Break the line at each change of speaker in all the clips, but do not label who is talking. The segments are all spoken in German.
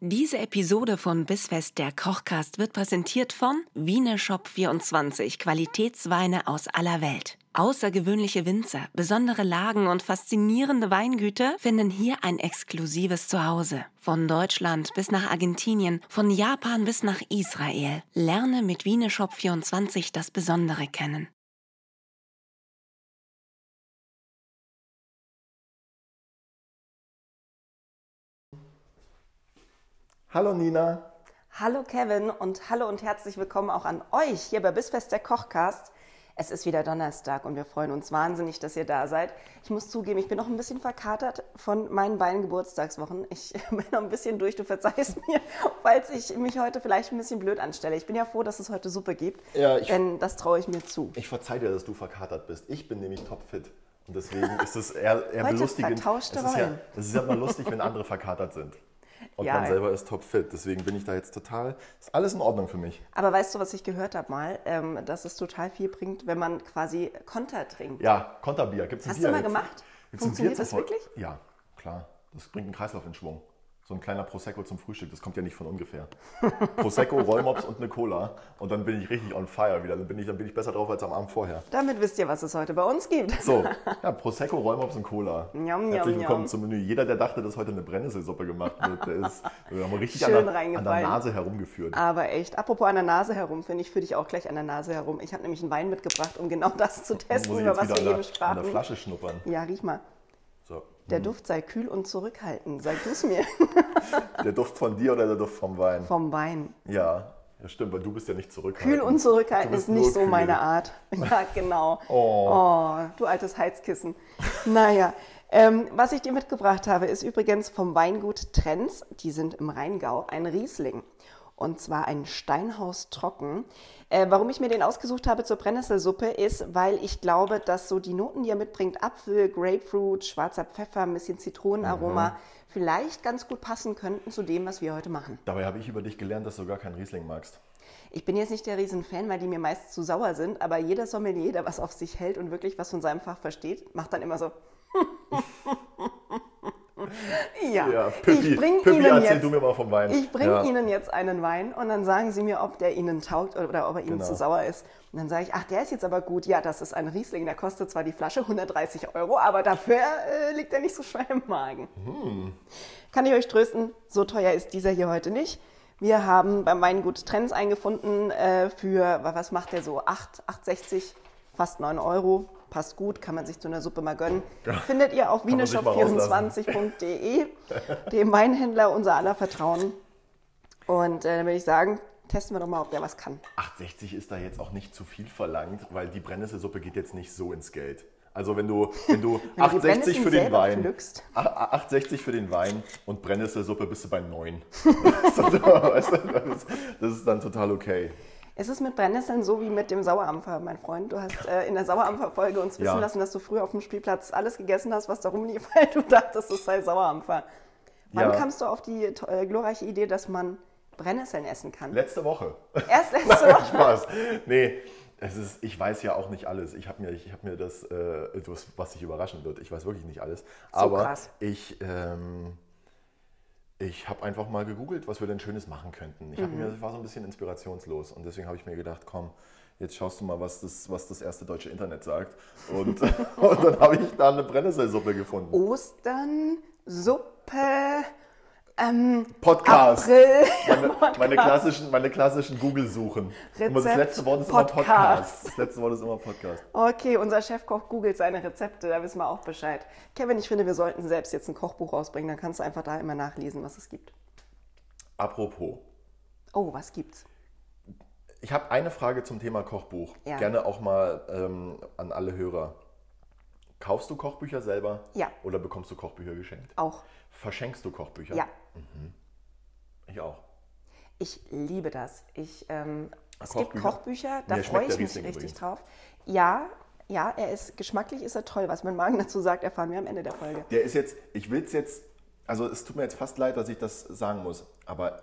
Diese Episode von Bissfest der Kochcast wird präsentiert von Wiener Shop 24, Qualitätsweine aus aller Welt. Außergewöhnliche Winzer, besondere Lagen und faszinierende Weingüter finden hier ein exklusives Zuhause. Von Deutschland bis nach Argentinien, von Japan bis nach Israel. Lerne mit Wiener Shop 24 das Besondere kennen.
Hallo Nina.
Hallo Kevin und hallo und herzlich willkommen auch an euch hier bei Bissfest der Kochcast. Es ist wieder Donnerstag und wir freuen uns wahnsinnig, dass ihr da seid. Ich muss zugeben, ich bin noch ein bisschen verkatert von meinen beiden Geburtstagswochen. Ich bin noch ein bisschen durch, du verzeihst mir, falls ich mich heute vielleicht ein bisschen blöd anstelle. Ich bin ja froh, dass es heute Suppe gibt,
Ja, ich-
denn das traue ich mir zu.
Ich verzeih dir, dass du verkatert bist. Ich bin nämlich topfit. Und deswegen ist es eher, eher
Heute
belustigend.
vertauschte
es ist ja,
Rollen.
es ist ja mal lustig, wenn andere verkatert sind. Und
Ja,
man
ey.
selber ist topfit. Deswegen bin ich da jetzt total. Ist alles in Ordnung für mich.
Aber weißt du, was ich gehört habe mal, ähm, dass es total viel bringt, wenn man quasi Konter trinkt.
Ja, Konterbier. Gibt's ein
Hast
Bier
du mal
jetzt?
gemacht?
Gibt's ein
Funktioniert
Bier
das
zum Vor-
wirklich?
Ja, klar. Das bringt einen Kreislauf in Schwung. So ein kleiner Prosecco zum Frühstück, das kommt ja nicht von ungefähr. Prosecco, Rollmops und eine Cola. Und dann bin ich richtig on fire wieder. Dann bin ich, dann bin ich besser drauf als am Abend vorher.
Damit wisst ihr, was es heute bei uns gibt.
So, ja, Prosecco, Rollmops und Cola.
Njam,
Herzlich
njam,
willkommen
njam.
zum Menü. Jeder, der dachte, dass heute eine Brennnesselsuppe gemacht wird, der ist wir haben richtig
Schön
an der, an der
reingefallen. Ah,
Nase herumgeführt.
Aber echt, apropos an der Nase herum, finde ich, führe dich auch gleich an der Nase herum. Ich habe nämlich einen Wein mitgebracht, um genau das zu
Dann
testen, über was wir
an der,
eben
an der
sprachen.
Flasche Hm. schnuppern.
Ja, riech mal.
So.
Der Duft sei kühl und zurückhaltend, sag du es mir.
Der Duft von dir oder der Duft vom Wein?
Vom Wein.
Ja, ja stimmt, weil du bist ja nicht zurückhaltend.
Kühl und zurückhaltend
Du
ist
bist
nicht
nur
so
kühl.
meine Art. Ja, genau.
Oh.
Oh, du altes Heizkissen. Naja, ähm, was ich dir mitgebracht habe, ist übrigens vom Weingut Trenz, die sind im Rheingau, ein Riesling. Und zwar ein Steinhaus trocken. Äh, warum ich mir den ausgesucht habe zur Brennnesselsuppe, ist, weil ich glaube, dass so die Noten, die er mitbringt, Apfel, Grapefruit, schwarzer Pfeffer, ein bisschen Zitronenaroma,
Mhm.
vielleicht ganz gut passen könnten zu dem, was wir heute machen.
Dabei habe ich über dich gelernt, dass du gar keinen Riesling magst.
Ich bin jetzt nicht der Riesenfan, weil die mir meist zu sauer sind, aber jeder Sommelier, der was auf sich hält und wirklich was von seinem Fach versteht, macht dann immer so. ja, ich bringe
Pippi,
Ihnen
erzähl
jetzt,
du mir mal vom Wein.
ich bring
Ja.
Ihnen jetzt einen Wein und dann sagen Sie mir, ob der Ihnen taugt oder ob er Ihnen
Genau.
zu sauer ist. Und dann sage ich, ach, der ist jetzt aber gut. Ja, das ist ein Riesling, der kostet zwar die Flasche 130 Euro, aber dafür äh, liegt er nicht so schwer im Magen. Kann ich euch trösten, so teuer ist dieser hier heute nicht. Wir haben beim Weingut Trends eingefunden äh, für, wa- was macht der so, 8, 8,60, fast 9 Euro. Passt gut, kann man sich zu einer Suppe mal gönnen. Findet ihr auf
man sich mal
wieneshop24.de, dem Weinhändler unser aller Vertrauen. Und äh, dann würde ich sagen, testen wir doch mal, ob der was kann.
8,60 ist da jetzt auch nicht zu viel verlangt, weil die Brennnesselsuppe geht jetzt nicht so ins Geld. Also wenn du, wenn du
Wenn
8,60 für
du die Brennnesseln
den
selber
Wein,
pflückst.
a- a- 8,60 für den Wein und Brennnesselsuppe bist du bei 9. Weißt du, weißt du, das, ist, das ist dann total okay.
Es ist mit Brennnesseln so wie mit dem Sauerampfer, mein Freund. Du hast äh, in der Sauerampfer-Folge uns wissen
Ja.
lassen, dass du früher auf dem Spielplatz alles gegessen hast, was da rumlief, weil du dachtest, es sei Sauerampfer. Wann
Ja.
kamst du auf die äh, glorreiche Idee, dass man Brennnesseln essen kann?
Letzte Woche.
Erst letzte Woche.
Spaß. Nee, es ist, ich weiß ja auch nicht alles. Ich habe mir, ich hab mir das, äh, etwas, was dich überraschen wird, ich weiß wirklich nicht alles. Aber
krass.
ich, ähm, ich habe einfach mal gegoogelt, was wir denn Schönes machen könnten. Ich hab mir, das war so ein bisschen inspirationslos und deswegen habe ich mir gedacht, komm, jetzt schaust du mal, was das, was das erste deutsche Internet sagt. Und, und dann habe ich da eine Brennnesselsuppe gefunden.
Oh Ostern, Suppe, ähm,
Podcast.
April,
Meine, meine klassischen, meine klassischen Google-Suchen. Immer Das
Rezept,
letzte Wort ist immer Podcast.
Podcast.
Das letzte Wort ist immer Podcast.
Okay, unser Chefkoch googelt seine Rezepte, da wissen wir auch Bescheid. Kevin, ich finde, wir sollten selbst jetzt ein Kochbuch rausbringen, dann kannst du einfach da immer nachlesen, was es gibt.
Apropos,
Oh, was gibt's?
ich habe eine Frage zum Thema Kochbuch.
Ja.
Gerne auch mal ähm, an alle Hörer. Kaufst du Kochbücher selber?
Ja.
Oder bekommst du Kochbücher geschenkt?
Auch.
Verschenkst du Kochbücher?
Ja,
Ich auch.
ich liebe das. Ich, ähm, es gibt
Kochbücher?
Kochbücher, da
Mir
freue
schmeckt der
ich mich
Riesling
richtig
übrigens.
drauf. Ja, ja, er ist geschmacklich ist er toll. Was mein Magen dazu sagt, erfahren wir am Ende der Folge.
Der ist jetzt, ich will es jetzt, also es tut mir jetzt fast leid, dass ich das sagen muss, aber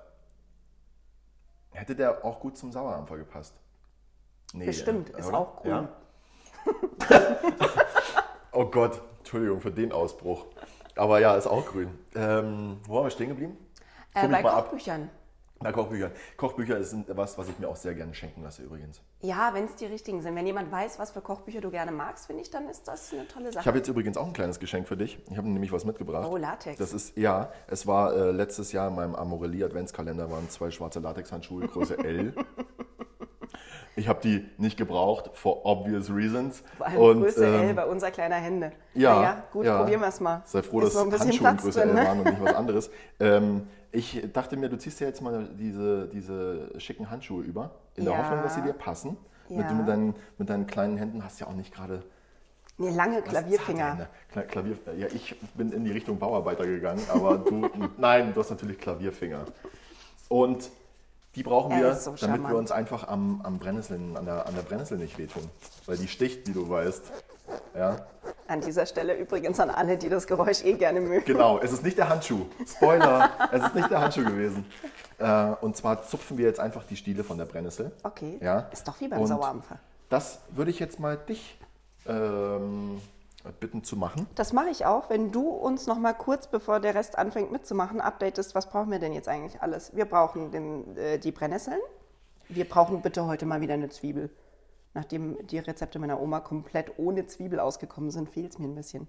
hätte der auch gut zum Sauerampfer gepasst? Nee,
Bestimmt, ist auch grün.
Ja? oh Gott, Entschuldigung für den Ausbruch. Aber ja, ist auch grün. Ähm, wo waren wir stehen geblieben?
Äh,
mich
bei
mal ab.
Kochbüchern.
Na, Kochbücher. Kochbücher sind was, was ich mir auch sehr gerne schenken lasse übrigens.
Ja, wenn es die richtigen sind. Wenn jemand weiß, was für Kochbücher du gerne magst, finde ich, dann ist das eine tolle
Ich
Sache.
habe jetzt übrigens auch ein kleines Geschenk für dich. Ich habe nämlich was mitgebracht.
Oh, Latex.
Das ist, ja, es war äh, letztes Jahr in meinem Amorelie Adventskalender waren zwei schwarze Latexhandschuhe, Größe L. Ich habe die nicht gebraucht, for obvious reasons.
Vor allem
Und,
Größe L
ähm,
bei unser kleiner Hände.
Ja,
Naja, gut,
ja.
probieren wir es mal.
Sei froh,
Ist
dass
noch ein bisschen
Handschuhe in
Platz
Größe
drin,
L
ne?
waren und nicht was anderes. ähm, ich dachte mir, du ziehst dir jetzt mal diese, diese schicken Handschuhe über, in
Ja.
der Hoffnung, dass sie dir passen. Mit,
Ja.
mit, deinen, mit deinen kleinen Händen hast du ja auch nicht gerade
Nee, lange
was
Klavierfinger.
zarte Hände. Kla- Klavier, ja, ich bin in die Richtung Bauarbeiter gegangen, aber du, nein, du hast natürlich Klavierfinger. Und die brauchen
Er
wir,
ist so
damit
charmant.
wir uns einfach am, am Brennnesseln, an der, an der Brennnessel nicht wehtun. Weil die sticht, wie du weißt. Ja,
An dieser Stelle übrigens an alle, die das Geräusch eh gerne mögen.
genau. Es ist nicht der Handschuh. Spoiler, es ist nicht der Handschuh gewesen. Äh, und zwar zupfen wir jetzt einfach die Stiele von der Brennnessel.
Okay.
Ja.
Ist doch wie beim
Und
Sauerampfer.
Das würde ich jetzt mal dich ähm, bitten zu machen.
Das mache ich auch, wenn du uns noch mal kurz, bevor der Rest anfängt mitzumachen, updatest, was brauchen wir denn jetzt eigentlich alles? Wir brauchen den, äh, die Brennnesseln. Wir brauchen bitte heute mal wieder eine Zwiebel. Nachdem die Rezepte meiner Oma komplett ohne Zwiebel ausgekommen sind, fehlt es mir ein bisschen.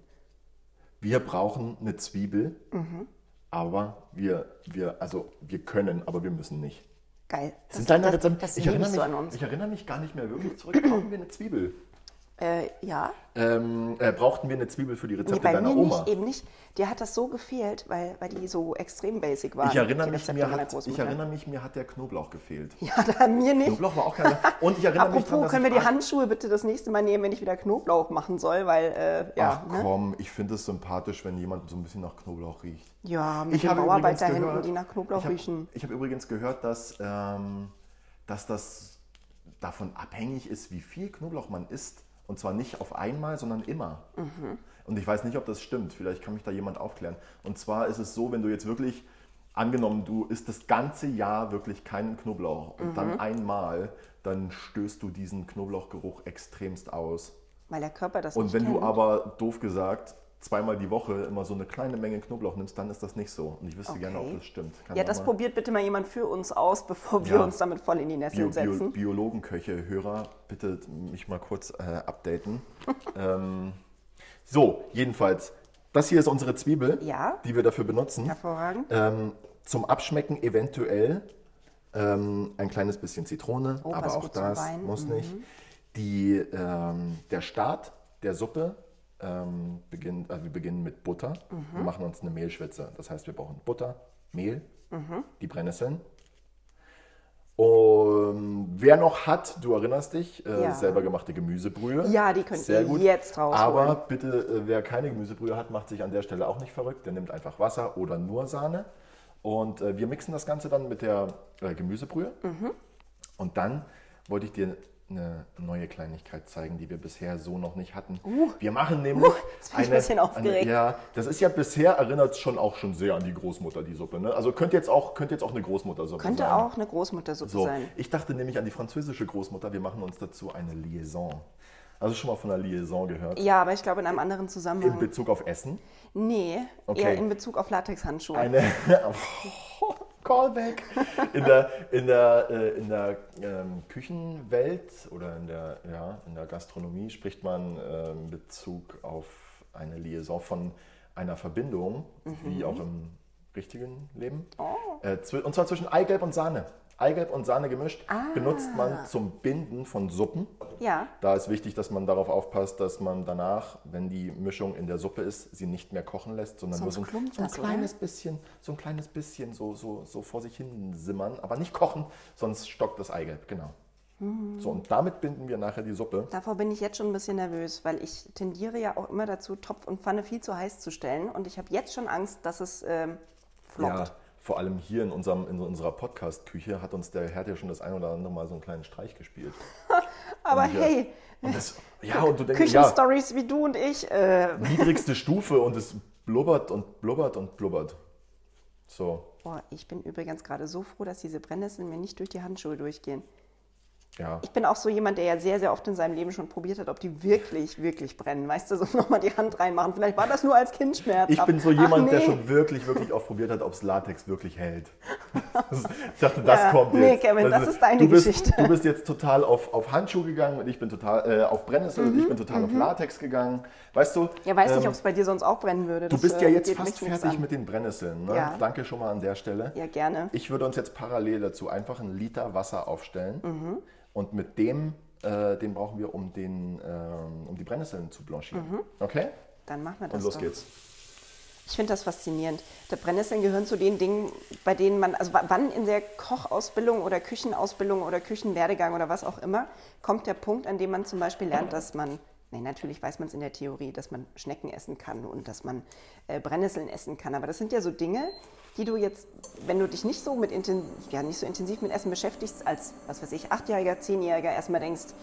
Wir brauchen eine Zwiebel,
Mhm.
aber wir, wir, also wir können, aber wir müssen nicht.
Geil. Das,
deine
das,
Rezepte-
das
ich, erinnere
liebst
mich,
du an uns.
ich erinnere mich gar nicht mehr wirklich zurück. Brauchen wir eine Zwiebel?
Äh, ja,
Ähm, äh, brauchten wir eine Zwiebel für die
nee,
Rezepte
bei
deiner
mir
Oma?
nicht, eben nicht. Dir hat das so gefehlt, weil, weil die so extrem basic waren.
ich erinnere,
die
mich,
Rezepte
mir
meiner
hat, ich
Großmutter.
erinnere mich, mir hat der Knoblauch gefehlt.
Ja, da mir nicht.
Knoblauch war auch keine. Und ich erinnere mich
Apropos,
dran, dass
können wir
ich
die
ein-
Handschuhe bitte das nächste Mal nehmen, wenn ich wieder Knoblauch machen soll, weil äh, ja,
Ach
ne?
komm, ich finde es sympathisch, wenn jemand so ein bisschen nach Knoblauch riecht.
Ja, mit den
habe übrigens
Bauarbeiterhänden,
gehört-
die nach Knoblauch
ich habe-
riechen.
Ich habe übrigens gehört, dass, ähm, dass das davon abhängig ist, wie viel Knoblauch man isst. Und zwar nicht auf einmal, sondern immer.
Mhm.
Und ich weiß nicht, ob das stimmt. Vielleicht kann mich da jemand aufklären. Und zwar ist es so, wenn du jetzt wirklich, angenommen, du isst das ganze Jahr wirklich keinen Knoblauch und
Mhm.
dann einmal, dann stößt du diesen Knoblauchgeruch extremst aus.
weil der Körper das
Und
nicht
wenn
kennt.
du aber, doof gesagt, zweimal die Woche immer so eine kleine Menge Knoblauch nimmst, dann ist das nicht so. Und ich wüsste gerne, ob
Okay.
das stimmt. Kann
ja,
auch
das
mal-
probiert bitte mal jemand für uns aus, bevor wir
Ja.
uns damit voll in die Nesseln
Bio, Bio,
setzen.
Biologenköche, Hörer, bitte mich mal kurz äh, updaten. ähm, so, jedenfalls, das hier ist unsere Zwiebel,
Ja.
die wir dafür benutzen.
Hervorragend.
Ähm, zum Abschmecken eventuell ähm, ein kleines bisschen Zitrone,
Oh,
aber
passt
auch
gut zum
das
Wein. Mhm.
muss nicht. Die, ähm, der Start der Suppe ähm, beginnt, also wir beginnen mit Butter.
Mhm.
Wir machen uns eine Mehlschwitze. Das heißt, wir brauchen Butter, Mehl,
Mhm.
die Brennnesseln. Und wer noch hat, du erinnerst dich, äh,
Ja.
selber gemachte Gemüsebrühe.
Ja, die könnt ihr jetzt rausholen.
Aber bitte, äh, wer keine Gemüsebrühe hat, macht sich an der Stelle auch nicht verrückt. Der nimmt einfach Wasser oder nur Sahne. Und äh, wir mixen das Ganze dann mit der äh, Gemüsebrühe.
Mhm.
Und dann wollte ich dir eine neue Kleinigkeit zeigen, die wir bisher so noch nicht hatten. wir machen nämlich
Uh. jetzt bin ich ein bisschen aufgeregt.
Eine, ja, das ist ja bisher erinnert schon auch schon sehr an die Großmutter die Suppe. Ne? Also könnte jetzt auch könnte jetzt auch eine Großmuttersuppe sein.
Könnte auch eine Großmuttersuppe
So,
sein.
ich dachte nämlich an die französische Großmutter. Wir machen uns dazu eine Liaison. Also schon mal von einer Liaison gehört?
Ja, aber ich glaube in einem anderen
In
Zusammenhang.
Bezug auf Essen?
Nee,
Okay.
eher in Bezug auf Latexhandschuhe.
Eine oh, Callback. In der, in der, äh, in der ähm, Küchenwelt oder in der, ja, in der Gastronomie spricht man äh, in Bezug auf eine Liaison von einer Verbindung, wie auch im richtigen Leben. Äh, zwi- und zwar zwischen Eigelb und Sahne. Eigelb und Sahne gemischt benutzt man zum Binden von Suppen.
Ja.
Da ist wichtig, dass man darauf aufpasst, dass man danach, wenn die Mischung in der Suppe ist, sie nicht mehr kochen lässt, sondern
Sonst
nur so ein,
klumpt
so ein
das, oder?
kleines bisschen, so ein kleines bisschen so, so, so vor sich hin simmern, aber nicht kochen, sonst stockt das Eigelb, genau.
Mhm.
So, und damit binden wir nachher die Suppe.
Davor bin ich jetzt schon ein bisschen nervös, weil ich tendiere ja auch immer dazu, Topf und Pfanne viel zu heiß zu stellen. Und ich habe jetzt schon Angst, dass es ähm, floppt.
Vor allem hier in, unserem, in unserer Podcast-Küche hat uns der Herd ja schon das ein oder andere Mal so einen kleinen Streich gespielt.
Aber
Und hier-
hey,
Und das, ja,
Äh,
und du denkst, ja,
Küchenstories wie du und ich. Äh,
niedrigste Stufe und es blubbert und blubbert und blubbert. So,
boah, ich bin übrigens gerade so froh, dass diese Brennnesseln mir nicht durch die Handschuhe durchgehen.
Ja.
Ich bin auch so jemand, der ja sehr, sehr oft in seinem Leben schon probiert hat, ob die wirklich, wirklich brennen. Weißt du, so nochmal die Hand reinmachen. Vielleicht war das nur als Kind schmerzhaft.
Ich bin so
Ach,
jemand, der
nee.
schon wirklich, wirklich oft probiert hat, ob es Latex wirklich hält. ich dachte, das
Ja,
kommt
nee,
jetzt.
Kevin, das
Also,
ist deine
du bist,
Geschichte.
Du bist jetzt total auf, auf Handschuh gegangen und ich bin total äh, auf Brennnessel und ich bin total auf Latex gegangen. Weißt du?
Mhm, Ja, weiß nicht,
ähm,
ob es bei dir sonst auch brennen würde.
Du
Das,
bist ja
äh,
jetzt
geht
fast
mich nichts
fertig
an.
mit den Brennnesseln. Ne?
Ja.
Danke schon mal an der Stelle.
Ja, gerne.
Ich würde uns jetzt parallel dazu einfach einen Liter Wasser aufstellen
Mhm.
und mit dem, äh, den brauchen wir, um, den, ähm, um die Brennnesseln zu blanchieren. Okay?
Dann machen wir Mhm. das
Und los
doch.
geht's.
Ich finde das faszinierend. Der Brennnesseln gehören zu den Dingen, bei denen man, also wa- wann in der Kochausbildung oder Küchenausbildung oder Küchenwerdegang oder was auch immer, kommt der Punkt, an dem man zum Beispiel lernt, dass man, nee, natürlich weiß man es in der Theorie, dass man Schnecken essen kann und dass man äh, Brennnesseln essen kann. Aber das sind ja so Dinge, die du jetzt, wenn du dich nicht so mit inten, ja, nicht so intensiv mit Essen beschäftigst, als, was weiß ich, Achtjähriger, Zehnjähriger, erstmal denkst,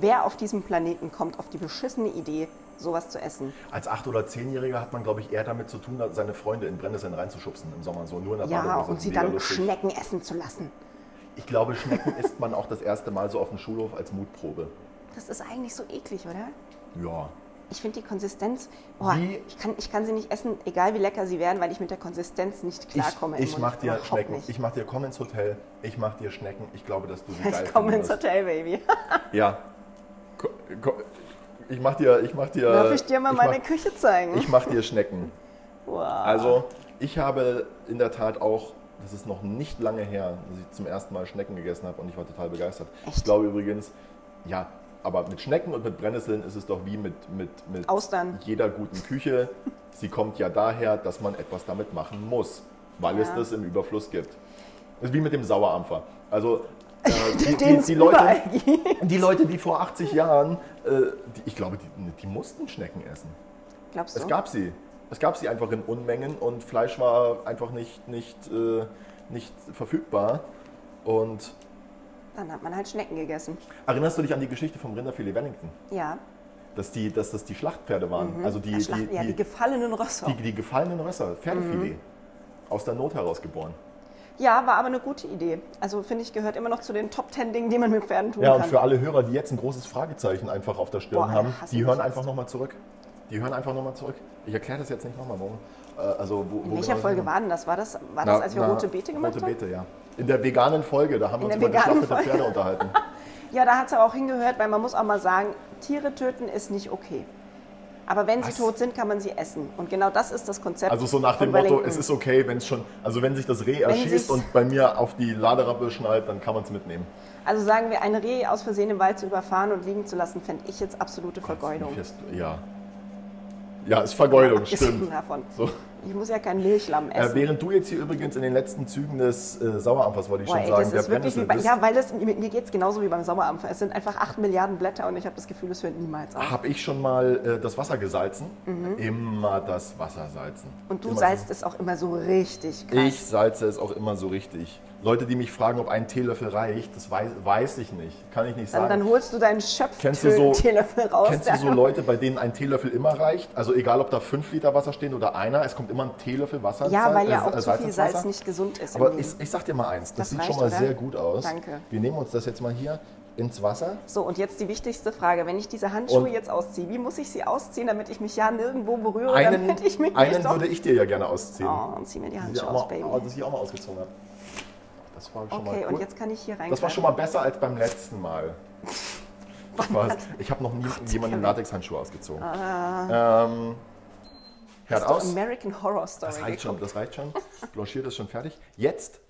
wer auf diesem Planeten kommt auf die beschissene Idee, sowas zu essen?
Als 8- oder 10-Jähriger hat man, glaube ich, eher damit zu tun, seine Freunde in Brennnesseln reinzuschubsen im Sommer. So nur in der
Ja,
Badehose.
und sie
Mega
dann
lustig.
Schnecken essen zu lassen.
Ich glaube, Schnecken isst man auch das erste Mal so auf dem Schulhof als Mutprobe.
Das ist eigentlich so eklig, oder?
Ja.
Ich finde die Konsistenz, boah,
Wie-
ich kann, ich kann sie nicht essen, egal wie lecker sie wären, weil ich mit der Konsistenz nicht klarkomme. im
ich, ich
Mund.
mach dir
Überhaupt
Schnecken.
nicht.
Ich mach dir komm ins Hotel. Ich mach dir Schnecken. Ich glaube, dass du sie geil
Ich komme
finden
ins
wirst.
Hotel, Baby.
Äh, Ja. Ko- ko- Ich mach dir, ich mach dir.
Darf ich dir mal meine
mach,
Küche zeigen?
Ich mach dir Schnecken.
wow.
Also, ich habe in der Tat auch, das ist noch nicht lange her, dass ich zum ersten Mal Schnecken gegessen habe und ich war total begeistert.
Echt?
Ich glaube übrigens, ja, aber mit Schnecken und mit Brennnesseln ist es doch wie mit, mit, mit
Austern.
jeder guten Küche. Sie kommt ja daher, dass man etwas damit machen muss, weil es
Ja.
das im Überfluss gibt. Das ist wie mit dem Sauerampfer. Also, äh, die, die,
Den's
die Leute,
überall gibt.
die Leute, die vor 80 Jahren, äh, die, ich glaube, die, die mussten Schnecken essen.
Glaubst du?
Es gab sie. Es gab sie einfach in Unmengen und Fleisch war einfach nicht, nicht, äh, nicht verfügbar. Und
Dann hat man halt Schnecken gegessen.
erinnerst du dich an die Geschichte vom Rinderfilet Wellington?
Ja.
Dass, die, dass das die Schlachtpferde waren. Also die,
Die,
die,
Schlacht, Mhm. ja, die, Mhm.
die, die,
gefallenen Rosse.
die, gefallenen Rösser, Pferdefilet. Aus der Not heraus geboren.
ja, war aber eine gute Idee. Also finde ich, gehört immer noch zu den Top 10 Dingen, die man mit Pferden tun
Ja,
kann.
und für alle Hörer, die jetzt ein großes Fragezeichen einfach auf der Stirn
Boah,
haben,
hasse
die
mich
hören
jetzt.
einfach nochmal zurück. Die hören einfach nochmal zurück. Ich erkläre das jetzt nicht nochmal, warum. Äh, Also, wo,
In welcher Folge war denn das? War das, war das als wir rote Beete gemacht
Rote
haben?
Beete, ja. In der veganen Folge, da haben wir
In
uns über
der veganen
geschlachtete
Folge.
Pferde unterhalten.
Ja, da hat es aber auch hingehört, weil man muss auch mal sagen, Tiere töten ist nicht okay. Aber wenn
Was?
sie tot sind, kann man sie essen. Und genau das ist das Konzept.
Also so nach
von
dem Motto,
Wellington.
es ist okay, wenn es schon, also wenn sich das Reh
sich's-
erschießt und bei mir auf die Laderappe schnallt, dann kann man es mitnehmen.
Also sagen wir, ein Reh aus Versehen im Wald zu überfahren und liegen zu lassen, fände ich jetzt absolute Vergeudung.
Fest- Ja. Ja, ist Vergeudung,
Abgesehen
stimmt.
Davon.
So.
Ich muss ja kein Milchlamm
Äh,
essen.
während du jetzt hier übrigens in den letzten Zügen des äh, Sauerampfers, wollte ich
Boah,
schon
ey,
sagen,
das ist wirklich
Brennnessel
wie bei,
bist,
ja, weil das, mir mir geht's genauso wie beim Sommerampfer. Es sind einfach 8 Milliarden Blätter und ich habe das Gefühl, es hört niemals auf.
habe ich schon mal äh, das Wasser gesalzen.
Mhm.
Immer das Wasser salzen.
Und du
Immer
salzt es auch immer so richtig krass.
Ich salze es auch immer so richtig. Leute, die mich fragen, ob ein Teelöffel reicht, das weiß, weiß ich nicht. Kann ich nicht
Dann,
sagen.
dann holst du deinen
Kennst du so-
Schöpfteelöffel raus.
Kennst du so
der-
Leute, bei denen ein Teelöffel immer reicht? Also egal, ob da 5 Liter Wasser stehen oder einer, es kommt immer ein Teelöffel Wasser.
Ja,
Sal-
weil ja
äh,
auch
äh,
zu viel
ins
Salz
Wasser.
nicht gesund ist. im
Aber
Leben.
ich, ich sag dir mal eins, das,
Das
sieht
reicht,
schon mal
oder?
sehr gut aus.
Danke.
Wir nehmen uns das jetzt mal hier ins Wasser.
so, und jetzt die wichtigste Frage. Wenn ich diese Handschuhe
Und-
jetzt ausziehe, wie muss ich sie ausziehen, damit ich mich ja nirgendwo berühre,
Einen,
damit ich mich
einen
nicht
würde ich dir ja gerne ausziehen.
Oh, und zieh mir die
das, ich
Handschuhe
auch
aus,
mal,
Baby.
oh, das ich auch mal ausgezogen habe. Das war schon mal
okay,
cool.
und jetzt kann ich hier rein.
Das war schon mal besser als beim letzten Mal. Spaß. Ich habe noch nie jemanden
Kevin. Ah.
Latex-Handschuhe ausgezogen. Ähm, Herd
Hast du
aus.
American Horror Story.
Das reicht schon,
geguckt?
das reicht schon. Blanchiert ist schon fertig. Jetzt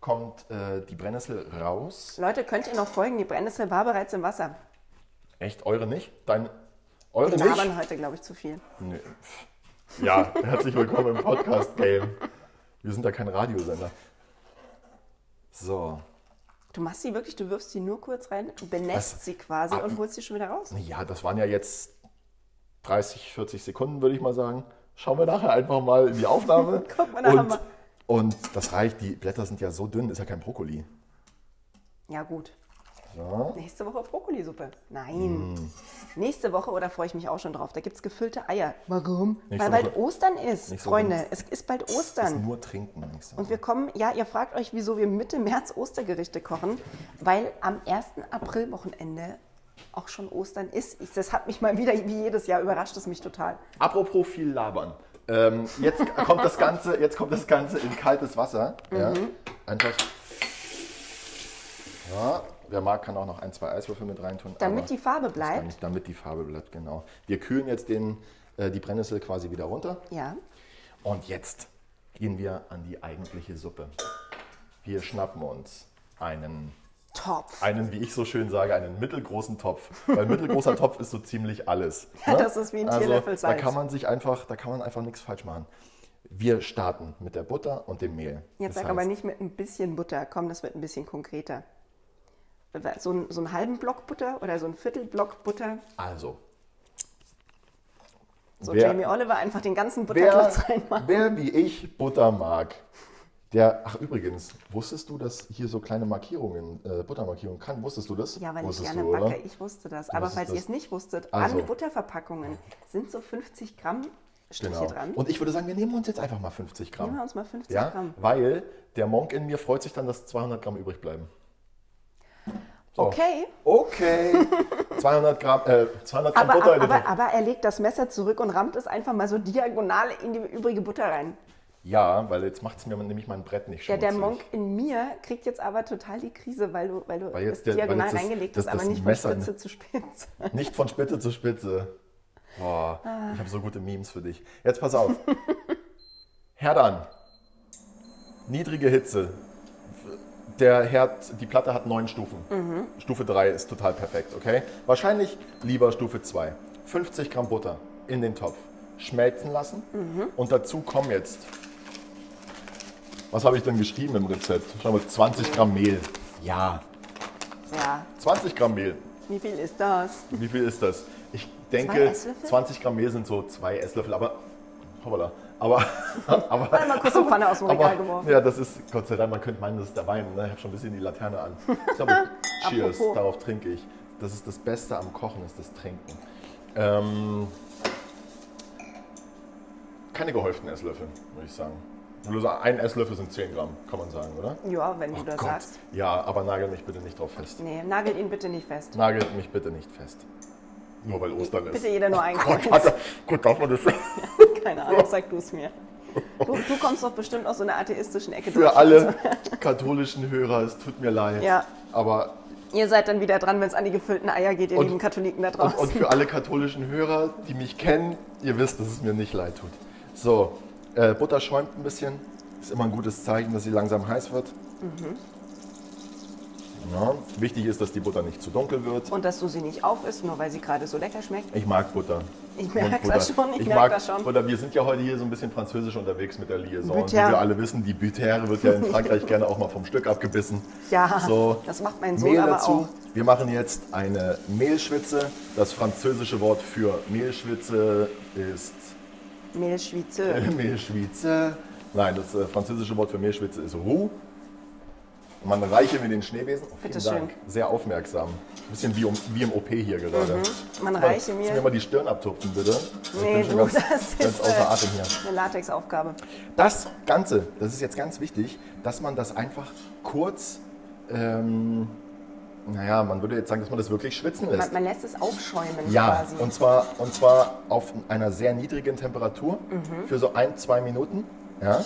kommt äh, die Brennnessel raus.
Leute, könnt ihr noch folgen? Die Brennnessel war bereits im Wasser.
Echt, eure nicht? Dein, eure
Wir labern
nicht?
heute, glaube ich, zu viel.
Nee. Ja, herzlich willkommen im Podcast-Game. Wir sind da kein Radiosender. So.
Du machst sie wirklich, du wirfst sie nur kurz rein, benässt
Was?
sie quasi
Ah,
und holst sie schon wieder raus.
Ja, das waren ja jetzt 30, 40 Sekunden, würde ich mal sagen. Schauen wir nachher einfach mal in die Aufnahme.
Guck mal nachher
und,
mal.
und das reicht, die Blätter sind ja so Hm. dünn, ist ja kein Brokkoli.
Ja, gut. Nächste Woche Brokkolisuppe. Nein. Nächste Woche, oder freue ich mich auch schon drauf, da gibt es gefüllte Eier. Warum?
Nächste
Weil
Woche.
bald Ostern ist,
Nächste Woche.
Freunde. Es ist bald
Das ist
Ostern.
nur trinken. nächste
Und
Woche.
wir kommen, ja, ihr fragt euch, wieso wir Mitte März Ostergerichte kochen, weil am 1. Aprilwochenende auch schon Ostern ist. Ich, das hat mich mal wieder, wie jedes Jahr, überrascht es mich total.
Apropos viel labern. Ähm, jetzt, kommt das Ganze, jetzt kommt das Ganze in kaltes Wasser. Ja.
Mhm.
Einfach. Ja, wer mag, kann auch noch ein, zwei Eiswürfel mit reintun. aber
Damit die Farbe
das kann
bleibt,
ich- damit die Farbe bleibt, genau. Wir kühlen jetzt den, äh, die Brennnessel quasi wieder runter.
ja,
Und jetzt gehen wir an die eigentliche Suppe. Wir schnappen uns einen
Topf.
einen, wie ich so schön sage, einen mittelgroßen Topf. Weil mittelgroßer Topf ist so ziemlich alles. ne? Also,
Ja, das ist wie ein Teelöffel
Da
Salz.
kann man sich einfach, da kann man einfach nichts falsch machen. Wir starten mit der Butter und dem Mehl.
Jetzt
Das
sag aber
heißt,
nicht mit ein bisschen Butter. Komm, das wird ein bisschen konkreter. So, ein, so einen halben Block Butter oder so einen Viertelblock Butter.
Also,
So
Wer-
Jamie Oliver einfach den ganzen
wer,
Butterklotz reinmachen.
wer wie ich Butter mag, der, ach übrigens, wusstest du, dass hier so kleine Markierungen, äh, Buttermarkierungen kann? Wusstest du das?
Ja, weil
wusstest
ich gerne
du, oder?
backe. Ich wusste das. Aber
wusstest
falls
das.
ihr es nicht wusstet,
Also.
an Butterverpackungen sind so 50 Gramm Striche
Genau.
dran.
Und ich würde sagen, wir nehmen uns jetzt einfach mal 50 Gramm.
Nehmen wir uns mal 50
ja?
Gramm.
Weil der Monk in mir freut sich dann, dass 200 Gramm übrig bleiben. So.
Okay,
Okay. 200 Gramm, äh, 200 Gramm
aber,
Butter in
aber,
den
aber,
Topf.
er legt das Messer zurück und rammt es einfach mal so diagonal in die übrige Butter rein.
Ja, weil jetzt macht es mir nämlich mein Brett nicht
Ja,
schmutzig.
der Monk in mir kriegt jetzt aber total die Krise, weil du, weil du
Weil jetzt
es
der- weil
diagonal
jetzt das-
reingelegt
das-
hast, aber
das
nicht von
Messer,
Spitze
ne?
zu Spitze.
Nicht von Spitze zu Spitze. Boah, ich habe so gute Memes für dich. Jetzt pass auf. Herd an. Niedrige Hitze. Der Herd, die Platte hat neun Stufen. Stufe 3 ist total perfekt, okay? Wahrscheinlich lieber Stufe 2. 50 Gramm Butter in den Topf. Schmelzen lassen. Und dazu kommen jetzt. Was habe ich denn geschrieben im Rezept? Schau mal, 20 Gramm Mehl. Ja,
Ja,
20 Gramm Mehl.
wie viel ist das?
Wie viel ist das? Ich
Zwei
denke,
Esslöffel?
20 Gramm Mehl sind so zwei Esslöffel, aber hoppala. Aber, aber
Einmal kurz die Pfanne aus dem Regal geworfen.
ja, das ist Gott sei Dank, man könnte meinen, das ist der Wein. Ne? Ich habe schon ein bisschen die Laterne an. Ich glaube, Cheers,
Apropos.
darauf trinke ich. Das ist das Beste am Kochen, ist das Trinken. Ähm, keine gehäuften Esslöffel, würde ich sagen. Nur so Ein Esslöffel sind 10 Gramm, kann man sagen, oder?
Ja, wenn du das
Oh Gott.
sagst.
Ja, aber nagel mich bitte nicht drauf fest.
Nee, nagelt ihn bitte nicht fest.
Nagelt mich bitte nicht fest. Nur weil Ostern ist.
Bitte jeder nur ein
Oh Gott,
Kreuz.
hat er, Gott, darf man das
Keine Ahnung, sag du es mir. Du, du kommst doch bestimmt aus so einer atheistischen Ecke.
für alle katholischen Hörer, es tut mir leid.
Ja.
Aber
Ihr seid dann wieder dran, wenn es an die gefüllten Eier geht, ihr
Und-
lieben Katholiken da
und,
draußen.
und für alle katholischen Hörer, die mich kennen, ihr wisst, dass es mir nicht leid tut. So, äh, Butter schäumt ein bisschen. Ist immer ein gutes Zeichen, dass sie langsam heiß wird. Ja, wichtig ist, dass die Butter nicht zu dunkel wird.
Und dass du sie nicht auf isst, nur weil sie gerade so lecker schmeckt.
Ich mag Butter.
Ich
Und
merk das schon, ich merk
mag
das schon.
Butter. Wir sind ja heute hier so ein bisschen französisch unterwegs mit der Liaison. Wie
Butter.
wir alle wissen, die Butere wird ja in Frankreich gerne auch mal vom Stück abgebissen.
Ja,
so.
das macht mein Sohn
Mehl
aber
dazu.
auch.
Wir machen jetzt eine Mehlschwitze. Das französische Wort für Mehlschwitze ist
Mehlschwitze.
Mehlschwitze. Nein, das äh, französische Wort für Mehlschwitze ist Roux. Man reiche mir den Schneebesen. Oh, vielen
Bitte schön.
Dank. Sehr aufmerksam. Ein bisschen wie, um, wie im OP hier gerade.
Mhm. Man
Mal,
reiche
kannst du
mir
mal die Stirn abtupfen, bitte. Ich
Nee,
bin schon
du,
ganz,
das ist,
ganz
äh,
außer Atem hier.
eine Latexaufgabe.
Das Ganze, das ist jetzt ganz wichtig, dass man das einfach kurz, ähm, naja, man würde jetzt sagen, dass man das wirklich schwitzen lässt.
Man, man lässt es aufschäumen
Ja,
quasi.
und zwar, und zwar auf einer sehr niedrigen Temperatur für so ein, zwei Minuten. Ja.
Mhm.